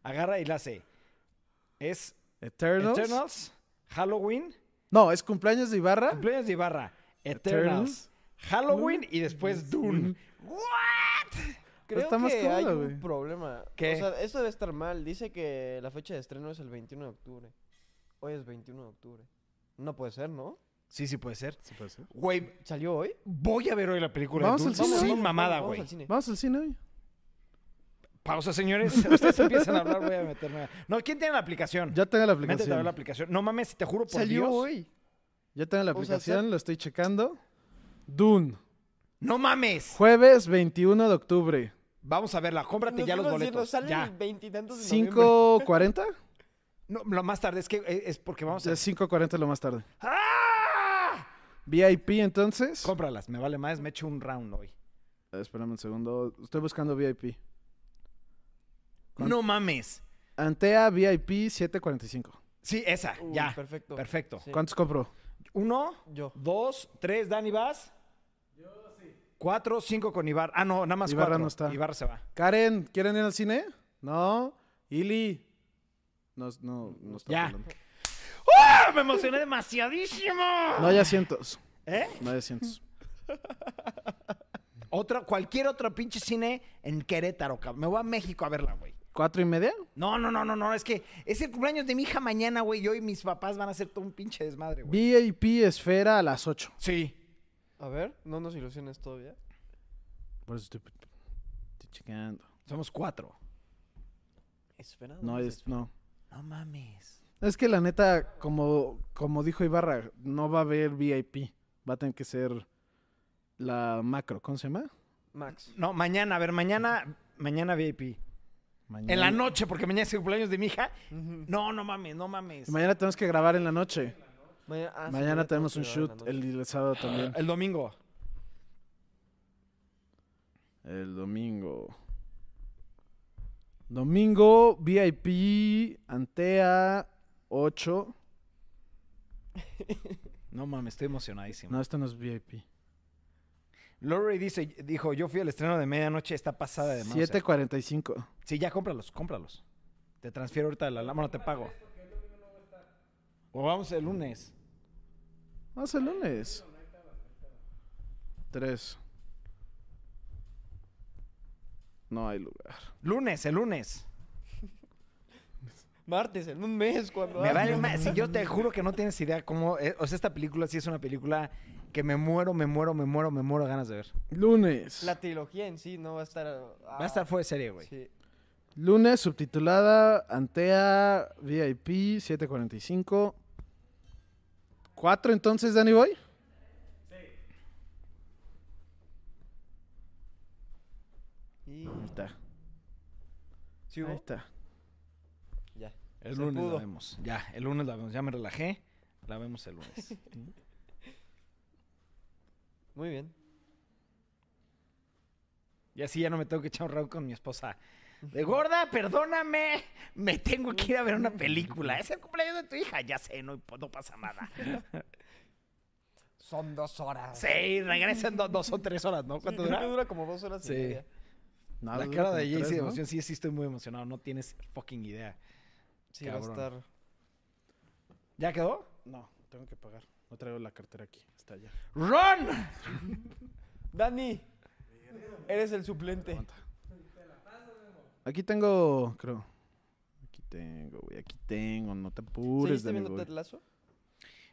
[SPEAKER 1] Agarra y la hace. Es
[SPEAKER 2] Eternals.
[SPEAKER 1] Eternals, Halloween,
[SPEAKER 2] No, es cumpleaños de Ibarra.
[SPEAKER 1] cumpleaños de Ibarra, Eternals,
[SPEAKER 2] Eternals,
[SPEAKER 1] Halloween y después Dune. ¿What?
[SPEAKER 3] Creo
[SPEAKER 2] está más
[SPEAKER 3] que
[SPEAKER 2] crudo,
[SPEAKER 3] hay un
[SPEAKER 2] güey.
[SPEAKER 3] problema.
[SPEAKER 1] ¿Qué?
[SPEAKER 3] O sea, esto debe estar mal. Dice que la fecha de estreno es el 21 de octubre. Hoy es 21 de octubre. No puede ser, ¿no?
[SPEAKER 1] Sí, sí puede ser. Güey,
[SPEAKER 3] ¿Salió hoy?
[SPEAKER 1] voy a ver hoy la película
[SPEAKER 2] Vamos
[SPEAKER 1] de
[SPEAKER 2] al
[SPEAKER 1] Dune.
[SPEAKER 2] cine.
[SPEAKER 1] Sin
[SPEAKER 2] Vamos,
[SPEAKER 1] mamada,
[SPEAKER 3] vamos
[SPEAKER 1] güey.
[SPEAKER 3] al cine.
[SPEAKER 2] Vamos al cine hoy.
[SPEAKER 1] Pausa, señores. Ustedes empiezan a hablar, voy a meterme. a- No, ¿quién tiene la aplicación?
[SPEAKER 2] Ya tengo
[SPEAKER 1] Métete a
[SPEAKER 2] la
[SPEAKER 1] ver
[SPEAKER 2] aplicación.
[SPEAKER 1] la aplicación. No mames, te juro por
[SPEAKER 3] Salió
[SPEAKER 1] Dios.
[SPEAKER 3] hoy.
[SPEAKER 2] Ya tengo la
[SPEAKER 3] O sea,
[SPEAKER 2] aplicación,
[SPEAKER 3] ser-
[SPEAKER 2] lo estoy checando. Dune,
[SPEAKER 1] No mames.
[SPEAKER 2] jueves 21 de octubre,
[SPEAKER 1] Vamos a verla. Cómprate
[SPEAKER 3] Nos
[SPEAKER 1] ya los
[SPEAKER 3] iba a decir,
[SPEAKER 1] boletos.
[SPEAKER 3] Nos sale
[SPEAKER 1] ya.
[SPEAKER 3] el veintitantos de noviembre. [laughs]
[SPEAKER 2] 5.40.
[SPEAKER 1] No, lo más tarde es que eh, es porque vamos a.
[SPEAKER 2] Ya 5.40 lo más tarde.
[SPEAKER 1] ¡Ah!
[SPEAKER 2] VIP entonces.
[SPEAKER 1] Cómpralas, me vale más, me echo un round hoy.
[SPEAKER 2] Eh, Espérame un segundo, estoy buscando VIP. ¿Cuánto?
[SPEAKER 1] No mames.
[SPEAKER 2] Antea VIP 7.45.
[SPEAKER 1] Sí, esa,
[SPEAKER 3] Uy,
[SPEAKER 1] ya. Perfecto.
[SPEAKER 3] Mm, Perfecto. Sí.
[SPEAKER 2] ¿Cuántos compro?
[SPEAKER 1] Uno,
[SPEAKER 3] Yo.
[SPEAKER 1] dos, tres, Dani vas. Cuatro, cinco con Ibar. Ah, no, nada más
[SPEAKER 2] Ibarra
[SPEAKER 1] cuatro.
[SPEAKER 2] no está.
[SPEAKER 1] Ibarra se va.
[SPEAKER 2] Karen, ¿quieren ir al cine? No. Ili. No, no, no está
[SPEAKER 1] Ya.
[SPEAKER 2] hablando.
[SPEAKER 1] ¡Ah, me emocioné demasiadísimo.
[SPEAKER 2] No hay asientos.
[SPEAKER 1] ¿Eh?
[SPEAKER 2] No hay
[SPEAKER 3] [laughs]
[SPEAKER 2] asientos.
[SPEAKER 1] Otra, cualquier otro pinche cine en Querétaro, cabrón. Me voy a México a verla, güey.
[SPEAKER 2] ¿Cuatro y media?
[SPEAKER 1] No, no, no, no, no. Es que es el cumpleaños de mi hija mañana, güey. Y hoy mis papás van a hacer todo un pinche desmadre, güey.
[SPEAKER 2] VIP Esfera a las 8.
[SPEAKER 1] Sí.
[SPEAKER 3] A ver, no nos ilusiones todavía.
[SPEAKER 2] Por eso estoy, estoy checando.
[SPEAKER 1] Somos cuatro.
[SPEAKER 3] Espera.
[SPEAKER 2] No,
[SPEAKER 3] ¿dónde
[SPEAKER 2] es,
[SPEAKER 3] está
[SPEAKER 2] no.
[SPEAKER 1] No mames.
[SPEAKER 2] Es que la neta, como, como dijo Ibarra, no va a haber VIP. Va a tener que ser la macro. ¿Cómo se llama?
[SPEAKER 1] [laughs]
[SPEAKER 3] Max.
[SPEAKER 1] No, mañana, a ver, mañana, mañana VIP. En la noche, porque mañana es el cumpleaños de mi hija.
[SPEAKER 3] Ujú.
[SPEAKER 1] No, no mames, no mames.
[SPEAKER 2] Y Mañana tenemos que grabar en la noche.
[SPEAKER 3] Mañana, ah, sí,
[SPEAKER 2] Mañana tenemos un
[SPEAKER 3] tenemos que grabar en la
[SPEAKER 2] shoot.
[SPEAKER 3] noche.
[SPEAKER 2] El, el sábado también.
[SPEAKER 1] El domingo.
[SPEAKER 2] El domingo. Domingo, VIP, Antea, 8.
[SPEAKER 1] No mames, estoy emocionadísimo.
[SPEAKER 2] No, esto no es VIP.
[SPEAKER 1] Lorray dice, dijo, yo fui al estreno de medianoche, está pasada de eh. mano.
[SPEAKER 2] 7.45.
[SPEAKER 1] sí, ya cómpralos, cómpralos. Te transfiero ahorita la lámpara, no te pago. O vamos el lunes.
[SPEAKER 2] Vamos el lunes. 3. No hay lugar.
[SPEAKER 1] Lunes, el lunes.
[SPEAKER 3] Martes, en un mes, cuando.
[SPEAKER 1] Me
[SPEAKER 3] ah,
[SPEAKER 1] vale
[SPEAKER 3] no.
[SPEAKER 1] más. Si yo te juro que no tienes idea cómo. eh, o sea, esta película sí es una película que me muero, me muero, me muero, me muero de ganas de ver.
[SPEAKER 2] Lunes.
[SPEAKER 3] La trilogía en sí no va a estar. ah,
[SPEAKER 1] Va a estar fuera de serie, güey.
[SPEAKER 3] Sí.
[SPEAKER 2] Lunes, subtitulada Antea VIP 745. ¿Cuatro entonces, Danny Boy?
[SPEAKER 3] Y.
[SPEAKER 2] Ahí está.
[SPEAKER 3] ¿Sí hubo?
[SPEAKER 2] Ahí está.
[SPEAKER 3] Ya.
[SPEAKER 1] El
[SPEAKER 3] Se
[SPEAKER 1] lunes
[SPEAKER 3] pudo.
[SPEAKER 1] la vemos. Ya, el lunes la vemos. Ya me relajé. La vemos el [laughs] lunes.
[SPEAKER 3] Muy bien.
[SPEAKER 1] Y así ya no me tengo que echar un round con mi esposa. De gorda, perdóname. Me tengo que ir a ver una película. Es el cumpleaños de tu hija. Ya sé, no, imp- no pasa [laughs] nada.
[SPEAKER 3] Son dos horas.
[SPEAKER 1] Sí, regresan do- dos o tres horas, ¿no? ¿Cuánto
[SPEAKER 3] creo que
[SPEAKER 1] dura?
[SPEAKER 3] dura como dos horas
[SPEAKER 1] Sí.
[SPEAKER 3] y media.
[SPEAKER 2] No,
[SPEAKER 1] La
[SPEAKER 2] dura
[SPEAKER 1] cara
[SPEAKER 2] como
[SPEAKER 1] de Jaycee
[SPEAKER 2] tres,
[SPEAKER 1] de
[SPEAKER 2] ¿no?
[SPEAKER 1] emoción. Sí, sí, estoy muy emocionado. No tienes fucking idea.
[SPEAKER 3] Sí,
[SPEAKER 1] Cabrón.
[SPEAKER 3] va a estar.
[SPEAKER 1] ¿Ya quedó?
[SPEAKER 2] No, tengo que pagar. No traigo la cartera aquí. Está allá.
[SPEAKER 1] ¡Ron!
[SPEAKER 3] Dani, eres el suplente.
[SPEAKER 2] Aguanta. Aquí tengo, creo. Aquí tengo, güey. Aquí tengo. No te apures,
[SPEAKER 3] ¿Seguiste
[SPEAKER 2] Danny
[SPEAKER 3] viendo
[SPEAKER 2] Boy.
[SPEAKER 3] Ted Lasso?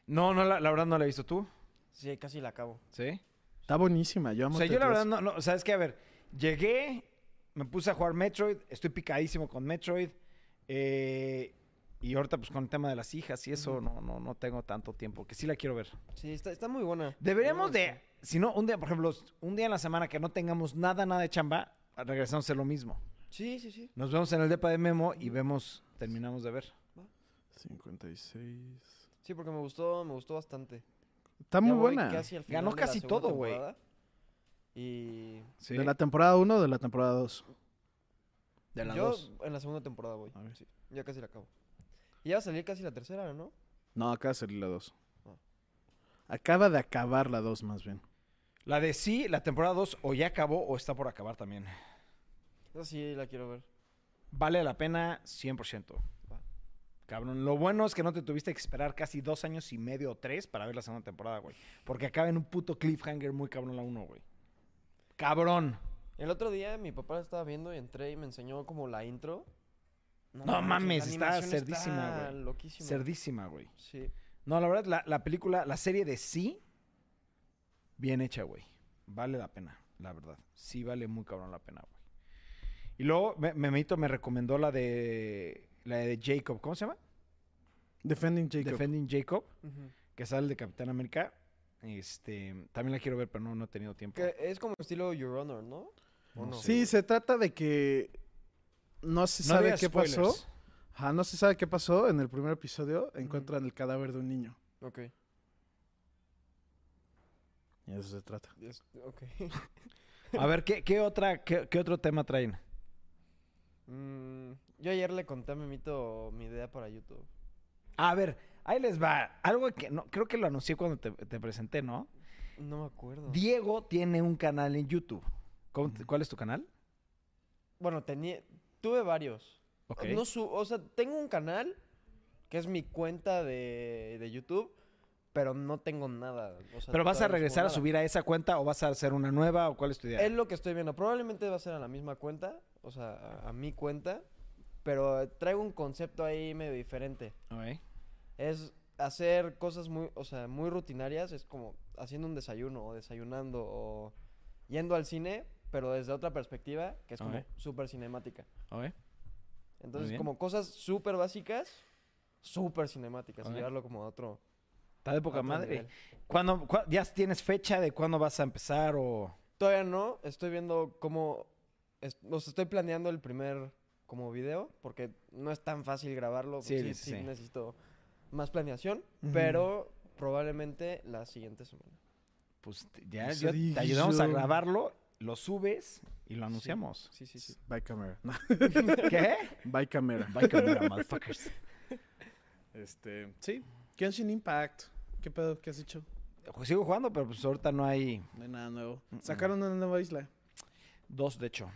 [SPEAKER 1] No, no, la, la verdad no la he visto tú.
[SPEAKER 3] Sí, casi la acabo.
[SPEAKER 1] ¿Sí?
[SPEAKER 2] Está buenísima. Yo amo
[SPEAKER 1] O sea, yo
[SPEAKER 2] Ted
[SPEAKER 1] la verdad
[SPEAKER 2] Lasso.
[SPEAKER 1] no, no, o sea, es que a ver, llegué, me puse a jugar Metroid, estoy picadísimo con Metroid, eh, y ahorita pues con el tema de las hijas y eso, no, no, no tengo tanto tiempo, que sí la quiero ver.
[SPEAKER 3] Sí, está, está muy buena.
[SPEAKER 1] Deberíamos
[SPEAKER 2] Oh,
[SPEAKER 3] Me
[SPEAKER 1] de,
[SPEAKER 3] gusta.
[SPEAKER 1] si no, un día, por ejemplo, un día en la semana que no tengamos nada, nada de chamba, regresamos a hacer lo mismo.
[SPEAKER 3] Sí, sí, sí.
[SPEAKER 1] Nos vemos en el depa de Memo y vemos, terminamos de ver.
[SPEAKER 2] 56.
[SPEAKER 3] Sí, porque me gustó, me gustó bastante.
[SPEAKER 2] Está
[SPEAKER 3] Ya
[SPEAKER 2] muy
[SPEAKER 3] voy
[SPEAKER 2] buena.
[SPEAKER 3] casi al final
[SPEAKER 1] Ganó
[SPEAKER 3] de la
[SPEAKER 1] casi
[SPEAKER 3] segunda
[SPEAKER 1] todo, güey.
[SPEAKER 3] temporada. Y.
[SPEAKER 1] Sí.
[SPEAKER 2] ¿De la temporada 1 o de la temporada 2?
[SPEAKER 1] De las
[SPEAKER 3] yo
[SPEAKER 1] dos. Ah.
[SPEAKER 3] en la segunda temporada voy.
[SPEAKER 2] A ver.
[SPEAKER 3] Sí, ya casi la acabo. Y ya va a salir casi la tercera, ¿no?
[SPEAKER 2] No, acaba de salir la 2.
[SPEAKER 3] Ah.
[SPEAKER 2] Acaba de acabar la 2, más bien.
[SPEAKER 1] La de sí, la temporada 2 o ya acabó o está por acabar también.
[SPEAKER 3] Esa sí la quiero ver.
[SPEAKER 1] Vale la pena 100%.
[SPEAKER 3] Va.
[SPEAKER 1] Cabrón, lo bueno es que no te tuviste que esperar casi dos años y medio o tres para ver la segunda temporada, güey. Porque acaba en un puto cliffhanger muy cabrón la 1, güey. Cabrón.
[SPEAKER 3] El otro día mi papá la estaba viendo y entré y me enseñó como la intro.
[SPEAKER 1] No mames,
[SPEAKER 3] la
[SPEAKER 1] está
[SPEAKER 3] animación
[SPEAKER 1] cerdísima,
[SPEAKER 3] está
[SPEAKER 1] güey.
[SPEAKER 3] Loquísima.
[SPEAKER 1] Cerdísima, güey.
[SPEAKER 3] Sí.
[SPEAKER 1] No, la verdad, la, la película, la serie de sí, bien hecha, güey. Vale la pena, la verdad. Sí vale muy cabrón la pena, güey. Y luego, me, Memito me recomendó la de, la de Jacob. ¿Cómo se llama?
[SPEAKER 2] Defending Jacob.
[SPEAKER 1] Defending Jacob.
[SPEAKER 3] Ujú.
[SPEAKER 1] que sale el de Capitán América. Este, también la quiero ver, pero no, no he tenido tiempo.
[SPEAKER 3] Que es como estilo Your Honor, ¿no? ¿O
[SPEAKER 1] No
[SPEAKER 3] no?
[SPEAKER 1] sé.
[SPEAKER 2] sí, se trata de que no se sabe
[SPEAKER 1] digas
[SPEAKER 2] qué
[SPEAKER 1] spoilers.
[SPEAKER 2] pasó. Ajá, no se sabe qué pasó. En el primer episodio encuentran el cadáver de un niño.
[SPEAKER 3] Ok.
[SPEAKER 2] Y de eso se trata.
[SPEAKER 3] es- ok.
[SPEAKER 1] A ver, ¿qué, qué otra, qué, qué otro tema traen?
[SPEAKER 3] [laughs] Mm, yo ayer le conté a Memito mi idea para YouTube.
[SPEAKER 1] A ver, ahí les va. Algo que no, creo que lo anuncié cuando te, te presenté, ¿no?
[SPEAKER 3] No me acuerdo.
[SPEAKER 1] Diego tiene un canal en YouTube. ¿Cómo te-
[SPEAKER 2] Ujú.
[SPEAKER 1] ¿Cuál es tu canal?
[SPEAKER 3] Bueno, tenía, tuve varios.
[SPEAKER 1] Ok.
[SPEAKER 3] No su- o sea, tengo un canal que es mi cuenta de, de YouTube, pero no tengo nada. o sea,
[SPEAKER 1] ¿Pero vas a
[SPEAKER 3] todavía no subo
[SPEAKER 1] regresar a
[SPEAKER 3] nada.
[SPEAKER 1] subir a esa cuenta o vas a hacer una nueva o cuál es tu idea?
[SPEAKER 3] Es lo que estoy viendo. Probablemente va a ser a la misma cuenta, o sea, a, a mi cuenta, pero eh, traigo un concepto ahí medio diferente.
[SPEAKER 1] Ok.
[SPEAKER 3] Es hacer cosas muy, o sea, muy rutinarias, es como haciendo un desayuno o desayunando o yendo al cine, pero desde otra perspectiva que es como
[SPEAKER 1] Ok.
[SPEAKER 3] súper cinemática.
[SPEAKER 1] Ok.
[SPEAKER 3] Entonces,
[SPEAKER 1] bien.
[SPEAKER 3] como cosas súper básicas, súper cinemáticas, y
[SPEAKER 1] Ok.
[SPEAKER 3] llevarlo como a otro.
[SPEAKER 1] Está de
[SPEAKER 3] a
[SPEAKER 1] poca
[SPEAKER 3] otro
[SPEAKER 1] madre.
[SPEAKER 3] nivel.
[SPEAKER 1] ¿Cuándo, cua- ¿Ya tienes fecha de cuándo vas a empezar o...?
[SPEAKER 3] Todavía no, estoy viendo cómo. es- o sea, estoy planeando el primer como video, porque no es tan fácil grabarlo.
[SPEAKER 1] Sí, sí,
[SPEAKER 3] Sí, sí,
[SPEAKER 1] sí.
[SPEAKER 3] necesito más planeación,
[SPEAKER 2] Ujú.
[SPEAKER 3] pero probablemente la siguiente semana.
[SPEAKER 1] Pues te- ya
[SPEAKER 2] Pues
[SPEAKER 1] yo- te
[SPEAKER 2] digo.
[SPEAKER 1] ayudamos a grabarlo, lo subes y lo
[SPEAKER 2] [laughs]
[SPEAKER 1] anunciamos.
[SPEAKER 3] Sí, sí, sí.
[SPEAKER 2] By camera. [laughs] No,
[SPEAKER 1] ¿Qué?
[SPEAKER 2] by camera.
[SPEAKER 1] By camera, motherfuckers.
[SPEAKER 2] [laughs] Este, sí. Genshin Impact. ¿Qué pedo? ¿Qué has hecho?
[SPEAKER 1] Pues sigo jugando, pero pues ahorita no hay
[SPEAKER 2] No hay nada nuevo. Sacaron una nueva isla.
[SPEAKER 1] dos, de hecho.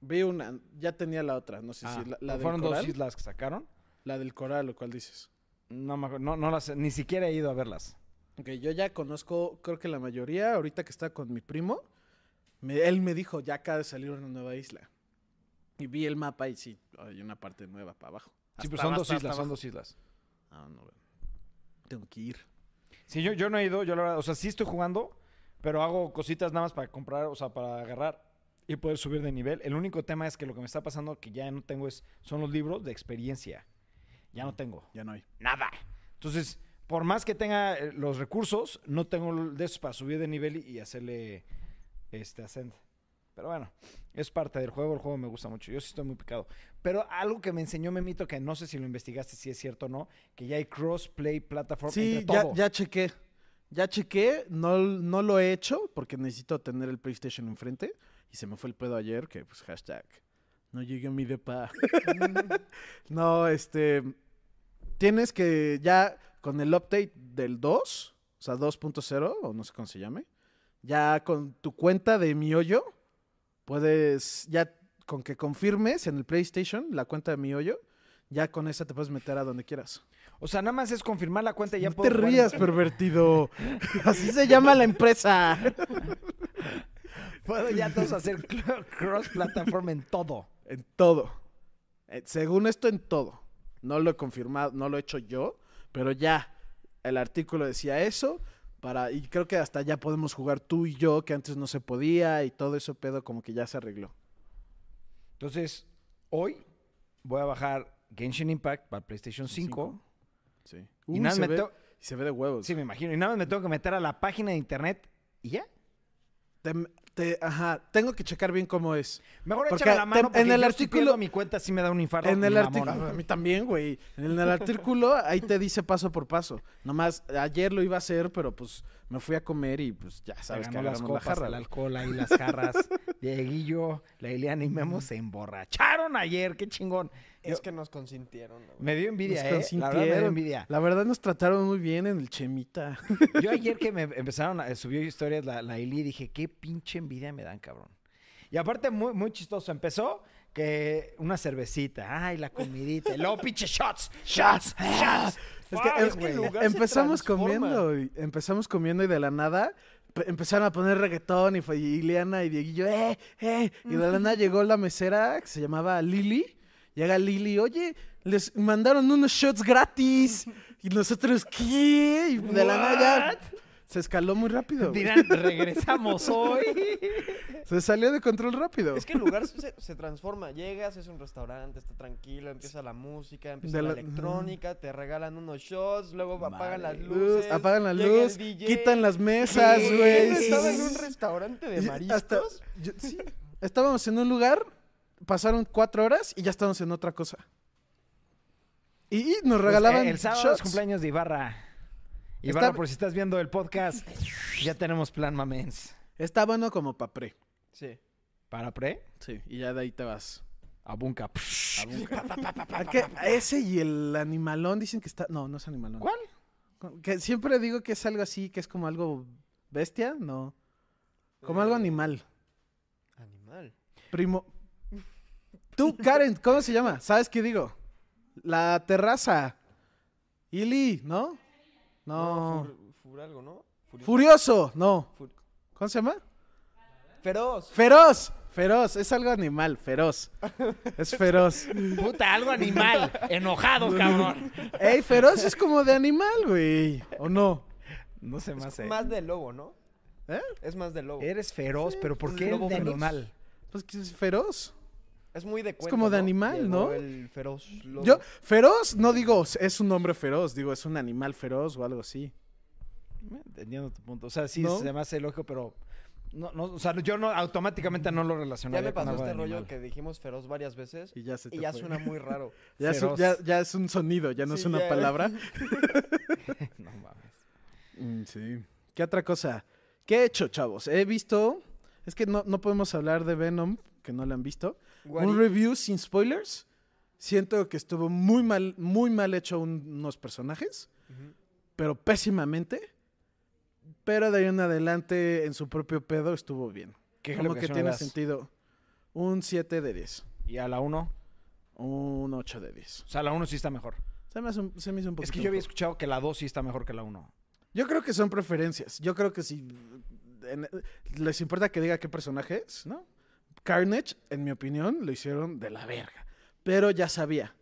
[SPEAKER 2] Vi una, ya tenía la otra, no sé
[SPEAKER 1] Ah,
[SPEAKER 2] si la, la del
[SPEAKER 1] fueron
[SPEAKER 2] coral.
[SPEAKER 1] dos islas que sacaron.
[SPEAKER 2] La del coral, lo cual dices.
[SPEAKER 1] No me acuerdo, no, no las, ni siquiera he ido a verlas.
[SPEAKER 2] Ok, yo ya conozco, creo que la mayoría, ahorita que está con mi primo, me- él me dijo, ya acaba de salir una nueva isla. Y vi el mapa y sí, hay una parte nueva para abajo.
[SPEAKER 1] sí, pero
[SPEAKER 2] Hasta
[SPEAKER 1] son
[SPEAKER 2] abajo,
[SPEAKER 1] dos
[SPEAKER 2] hasta
[SPEAKER 1] islas, son
[SPEAKER 2] abajo.
[SPEAKER 1] dos islas.
[SPEAKER 2] Ah, no, bueno. Tengo que ir.
[SPEAKER 1] Sí, yo, yo no he ido, yo la verdad, o sea, sí estoy jugando, pero hago cositas nada más para comprar, o sea, para agarrar y poder subir de nivel. El único tema es que lo que me está pasando que ya no tengo es, son los libros de experiencia. Ya no tengo.
[SPEAKER 2] Ya no hay.
[SPEAKER 1] nada. Entonces, por más que tenga eh, los recursos, no tengo de esos para subir de nivel y, y hacerle este ascend. Pero bueno, es parte del juego, el juego me gusta mucho. Yo sí estoy muy picado. Pero algo que me enseñó Memito, que no sé si lo investigaste, si es cierto o no, que ya hay crossplay plataforma
[SPEAKER 2] Sí,
[SPEAKER 1] entre
[SPEAKER 2] ya,
[SPEAKER 1] todo.
[SPEAKER 2] ya chequé. Ya chequé, no, no lo he hecho porque necesito tener el PlayStation enfrente. Y se me fue el pedo ayer que, pues, hashtag, no llegué a mi depa. [laughs] no, este, tienes que ya con el update del 2, o sea, 2.0, o no sé cómo se llame, ya con tu cuenta de mi hoyo, puedes, ya con que confirmes en el PlayStation la cuenta de mi hoyo, ya con esa te puedes meter a donde quieras
[SPEAKER 1] O sea, nada más es confirmar la cuenta y ya
[SPEAKER 2] no
[SPEAKER 1] puedo
[SPEAKER 2] te
[SPEAKER 1] jugar.
[SPEAKER 2] rías, [laughs] pervertido. Así se llama la empresa.
[SPEAKER 1] [laughs] Puedo ya todos hacer cross plataforma en todo.
[SPEAKER 2] En todo. Eh, Según esto, en todo. No lo he confirmado, no lo he hecho yo, pero ya el artículo decía eso. Para, y creo que hasta ya podemos jugar tú y yo, que antes no se podía, y todo eso pedo como que ya se arregló.
[SPEAKER 1] Entonces, hoy voy a bajar Genshin Impact para PlayStation 5.
[SPEAKER 2] Cinco. Sí.
[SPEAKER 1] Y nada,
[SPEAKER 2] se,
[SPEAKER 1] me
[SPEAKER 2] ve,
[SPEAKER 1] to-
[SPEAKER 2] y se ve de huevos.
[SPEAKER 1] Sí, me imagino. Y nada más me tengo que meter a la página de internet y ya.
[SPEAKER 2] Te- te- ajá, tengo que checar bien cómo es.
[SPEAKER 1] Mejor
[SPEAKER 2] Porque
[SPEAKER 1] échame la mano
[SPEAKER 2] te-
[SPEAKER 1] porque
[SPEAKER 2] en el
[SPEAKER 1] yo si
[SPEAKER 2] artículo-
[SPEAKER 1] pierdo mi cuenta sí me da un infarto.
[SPEAKER 2] En
[SPEAKER 1] ni
[SPEAKER 2] el
[SPEAKER 1] la
[SPEAKER 2] artículo,
[SPEAKER 1] mora.
[SPEAKER 2] a mí también, güey. En el artículo ahí te dice paso por paso. Nomás ayer lo iba a hacer, pero pues me fui a comer y pues ya
[SPEAKER 1] Se
[SPEAKER 2] [laughs] sabes que
[SPEAKER 1] ganó las
[SPEAKER 2] agarramos la
[SPEAKER 1] copas,
[SPEAKER 2] jarra.
[SPEAKER 1] el
[SPEAKER 2] güey.
[SPEAKER 1] alcohol ahí, las jarras.
[SPEAKER 2] [laughs]
[SPEAKER 1] Dieguillo, la Ileana y Memo se emborracharon ayer. Qué chingón.
[SPEAKER 3] Es
[SPEAKER 1] Yo-
[SPEAKER 3] que nos consintieron. la verdad.
[SPEAKER 1] Me dio envidia,
[SPEAKER 2] Nos
[SPEAKER 1] ¿eh? La verdad me dio
[SPEAKER 2] consintieron.
[SPEAKER 1] envidia.
[SPEAKER 2] La verdad nos trataron muy bien en el Chemita.
[SPEAKER 1] Yo ayer que me empezaron a subir historias la, la Ili, dije, qué pinche envidia me dan, cabrón. Y aparte, muy, muy chistoso. Empezó que una cervecita, ay, la comidita, y luego pinche shots,
[SPEAKER 2] [laughs]
[SPEAKER 1] shots,
[SPEAKER 2] Ah,
[SPEAKER 1] shots.
[SPEAKER 2] Es que,
[SPEAKER 3] Ay,
[SPEAKER 2] em-
[SPEAKER 3] güey. el lugar se
[SPEAKER 2] empezamos
[SPEAKER 3] transforma.
[SPEAKER 2] comiendo, y- empezamos comiendo y de la nada pe- empezaron a poner reggaetón y, fue- y Ileana y Dieguillo, eh, eh. Y de la nada llegó la mesera que se llamaba Lili. Llega Lili, oye, les mandaron unos shots gratis. Y nosotros, ¿qué? Y de la nada ya se escaló muy rápido. güey.
[SPEAKER 1] Dirán, regresamos
[SPEAKER 2] [laughs]
[SPEAKER 1] hoy. Este,
[SPEAKER 2] Se salió de control rápido.
[SPEAKER 3] Es que el lugar se, se transforma. Llegas, es un restaurante, está tranquilo, empieza la música, empieza
[SPEAKER 2] De
[SPEAKER 3] la,
[SPEAKER 2] la-
[SPEAKER 3] electrónica, te regalan unos shots, luego apagan las
[SPEAKER 1] Madre.
[SPEAKER 2] Luz,
[SPEAKER 3] luces.
[SPEAKER 2] apagan la
[SPEAKER 3] llega el
[SPEAKER 2] luz,
[SPEAKER 3] DJ.
[SPEAKER 2] quitan las
[SPEAKER 3] Sí,
[SPEAKER 2] mesas, güey.
[SPEAKER 3] yo
[SPEAKER 2] Sí,
[SPEAKER 3] Estaba
[SPEAKER 2] sí,
[SPEAKER 3] en un
[SPEAKER 2] sí.
[SPEAKER 3] restaurante de
[SPEAKER 2] Y hasta-
[SPEAKER 3] mariscos.
[SPEAKER 2] yo- sí. Estábamos en un lugar, pasaron cuatro horas y ya estábamos en otra cosa. Y, y nos
[SPEAKER 1] Pues,
[SPEAKER 2] regalaban
[SPEAKER 1] el sábado es
[SPEAKER 2] shots.
[SPEAKER 1] cumpleaños de Ibarra. Ibarra,
[SPEAKER 2] Está-
[SPEAKER 1] por si estás viendo el podcast, ya tenemos plan mamens.
[SPEAKER 2] Está bueno como pa' pre.
[SPEAKER 3] Sí.
[SPEAKER 1] ¿Para pre?
[SPEAKER 2] Sí, y ya de ahí te vas.
[SPEAKER 1] A Bunka. Psh.
[SPEAKER 2] ¿A qué? Ese y el animalón dicen que está... No, no es animalón.
[SPEAKER 1] ¿Cuál?
[SPEAKER 2] Que siempre digo que es algo así, que es como algo bestia, no. Como algo
[SPEAKER 3] Eh,
[SPEAKER 2] animal.
[SPEAKER 3] Animal.
[SPEAKER 2] Primo. Tú, Karen, ¿cómo se llama? ¿Sabes qué digo? La terraza. Ili, ¿no? No.
[SPEAKER 3] fur- fur algo, ¿no? Furi-
[SPEAKER 2] Furioso, no.
[SPEAKER 3] fur-
[SPEAKER 2] ¿Cómo se llama?
[SPEAKER 3] Feroz.
[SPEAKER 2] Feroz. Feroz, es algo animal, feroz. Es feroz.
[SPEAKER 1] Puta, algo animal. Enojado, cabrón.
[SPEAKER 2] [laughs] Ey, feroz es como de animal, güey. ¿O no?
[SPEAKER 1] No sé más. eh.
[SPEAKER 3] Más de lobo, ¿no?
[SPEAKER 2] ¿Eh?
[SPEAKER 3] Es más de lobo.
[SPEAKER 1] Eres feroz, pero ¿por
[SPEAKER 2] pues,
[SPEAKER 1] qué el
[SPEAKER 2] lobo
[SPEAKER 1] de
[SPEAKER 2] feroz.
[SPEAKER 1] animal?
[SPEAKER 2] Pues que es feroz.
[SPEAKER 3] Es muy de cuento,
[SPEAKER 2] como de
[SPEAKER 3] ¿no?
[SPEAKER 2] animal,
[SPEAKER 3] Llegó
[SPEAKER 2] ¿no?
[SPEAKER 3] El feroz lobo.
[SPEAKER 2] Yo, feroz, no digo es un hombre feroz, digo es un animal feroz o algo así.
[SPEAKER 1] Entendiendo Mm, tu punto. O sea, sí,
[SPEAKER 2] ¿No?
[SPEAKER 1] se me hace lógico, pero. No, no, o sea, yo no, automáticamente no lo
[SPEAKER 3] Ya
[SPEAKER 1] relacionaría
[SPEAKER 3] me
[SPEAKER 1] con
[SPEAKER 3] pasó
[SPEAKER 1] algo de
[SPEAKER 3] este rollo
[SPEAKER 1] animal.
[SPEAKER 3] que dijimos feroz varias veces
[SPEAKER 2] Y ya se te
[SPEAKER 3] y ya
[SPEAKER 2] fue.
[SPEAKER 3] suena muy raro.
[SPEAKER 2] Ya es, un-
[SPEAKER 1] feroz.
[SPEAKER 2] ya- ya es un sonido, ya no es
[SPEAKER 3] Sí,
[SPEAKER 2] una
[SPEAKER 3] ya.
[SPEAKER 2] palabra.
[SPEAKER 1] [laughs] No mames.
[SPEAKER 2] Mm, sí. ¿Qué otra cosa? ¿Qué he hecho, chavos? He visto. Es que no, no podemos hablar de Venom, que no lo han visto.
[SPEAKER 3] What
[SPEAKER 2] [laughs] Un
[SPEAKER 3] if-
[SPEAKER 2] review sin spoilers. Siento que estuvo muy mal, muy mal hecho un- unos personajes,
[SPEAKER 3] Ujú.
[SPEAKER 2] pero pésimamente. Pero de ahí en adelante, en su propio pedo, estuvo bien.
[SPEAKER 1] ¿Qué
[SPEAKER 2] Como
[SPEAKER 1] calificación
[SPEAKER 2] que
[SPEAKER 1] le
[SPEAKER 2] tiene
[SPEAKER 1] das?
[SPEAKER 2] sentido. Un 7 de 10.
[SPEAKER 1] Y a la 1,
[SPEAKER 2] Un 8 de 10.
[SPEAKER 1] o sea, la 1 sí está mejor.
[SPEAKER 2] Se me, hace un- se me hizo un
[SPEAKER 1] Es
[SPEAKER 2] poquito
[SPEAKER 1] que yo había
[SPEAKER 2] mejor.
[SPEAKER 1] escuchado que la 2 sí está mejor que la 1.
[SPEAKER 2] Yo creo que son preferencias. Yo creo que si en- les importa que diga qué personaje es, ¿no? Carnage, en mi opinión, lo hicieron de la verga. Pero ya sabía.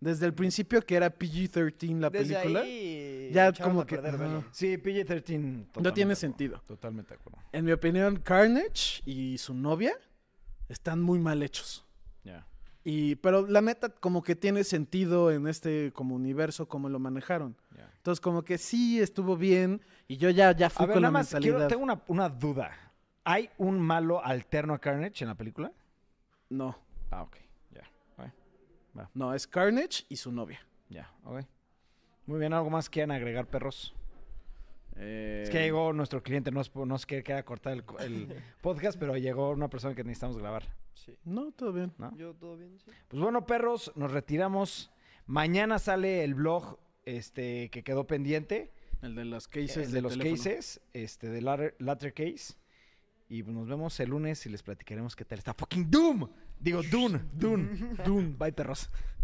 [SPEAKER 2] Desde el principio que era PG-13 la
[SPEAKER 3] Desde
[SPEAKER 2] película,
[SPEAKER 3] ahí
[SPEAKER 2] ya
[SPEAKER 3] echaron
[SPEAKER 2] como
[SPEAKER 3] a
[SPEAKER 2] que,
[SPEAKER 3] perder
[SPEAKER 2] ajá.
[SPEAKER 3] Venom.
[SPEAKER 1] Sí, PG-13.
[SPEAKER 2] no
[SPEAKER 1] totalmente de
[SPEAKER 2] tiene
[SPEAKER 1] acuerdo.
[SPEAKER 2] sentido.
[SPEAKER 1] Totalmente de acuerdo.
[SPEAKER 2] En mi opinión, Carnage y su novia están muy mal hechos.
[SPEAKER 1] Ya.
[SPEAKER 2] Y, pero la neta, como que tiene sentido en este como universo, como lo manejaron.
[SPEAKER 1] ya.
[SPEAKER 2] Entonces, como que sí estuvo bien. Y yo ya, ya fui
[SPEAKER 1] A ver,
[SPEAKER 2] con la
[SPEAKER 1] nada más, quiero-
[SPEAKER 2] mentalidad.
[SPEAKER 1] tengo una, una duda. ¿Hay un malo alterno a Carnage en la película?
[SPEAKER 2] No,
[SPEAKER 1] Ah, ok. Ya,
[SPEAKER 2] no, es Carnage y su novia.
[SPEAKER 1] ya, ok. Muy bien, ¿algo más quieran agregar, perros?
[SPEAKER 2] Eh,
[SPEAKER 1] Es que llegó nuestro cliente, no es, no es que quiera cortar el, co-
[SPEAKER 2] [laughs]
[SPEAKER 1] el podcast, pero llegó una persona que necesitamos grabar.
[SPEAKER 3] Sí.
[SPEAKER 2] No, todo bien.
[SPEAKER 3] Yo todo bien, sí.
[SPEAKER 1] Pues bueno, perros, nos retiramos. Mañana sale el blog este, que quedó pendiente,
[SPEAKER 2] El de los cases.
[SPEAKER 1] el de los cases, este, de Latter, Latter Case. Y pues nos vemos
[SPEAKER 2] [laughs]
[SPEAKER 1] el lunes y les platicaremos qué tal está fucking Doom. Digo, Dune, Dune, Dune. Bye, perros.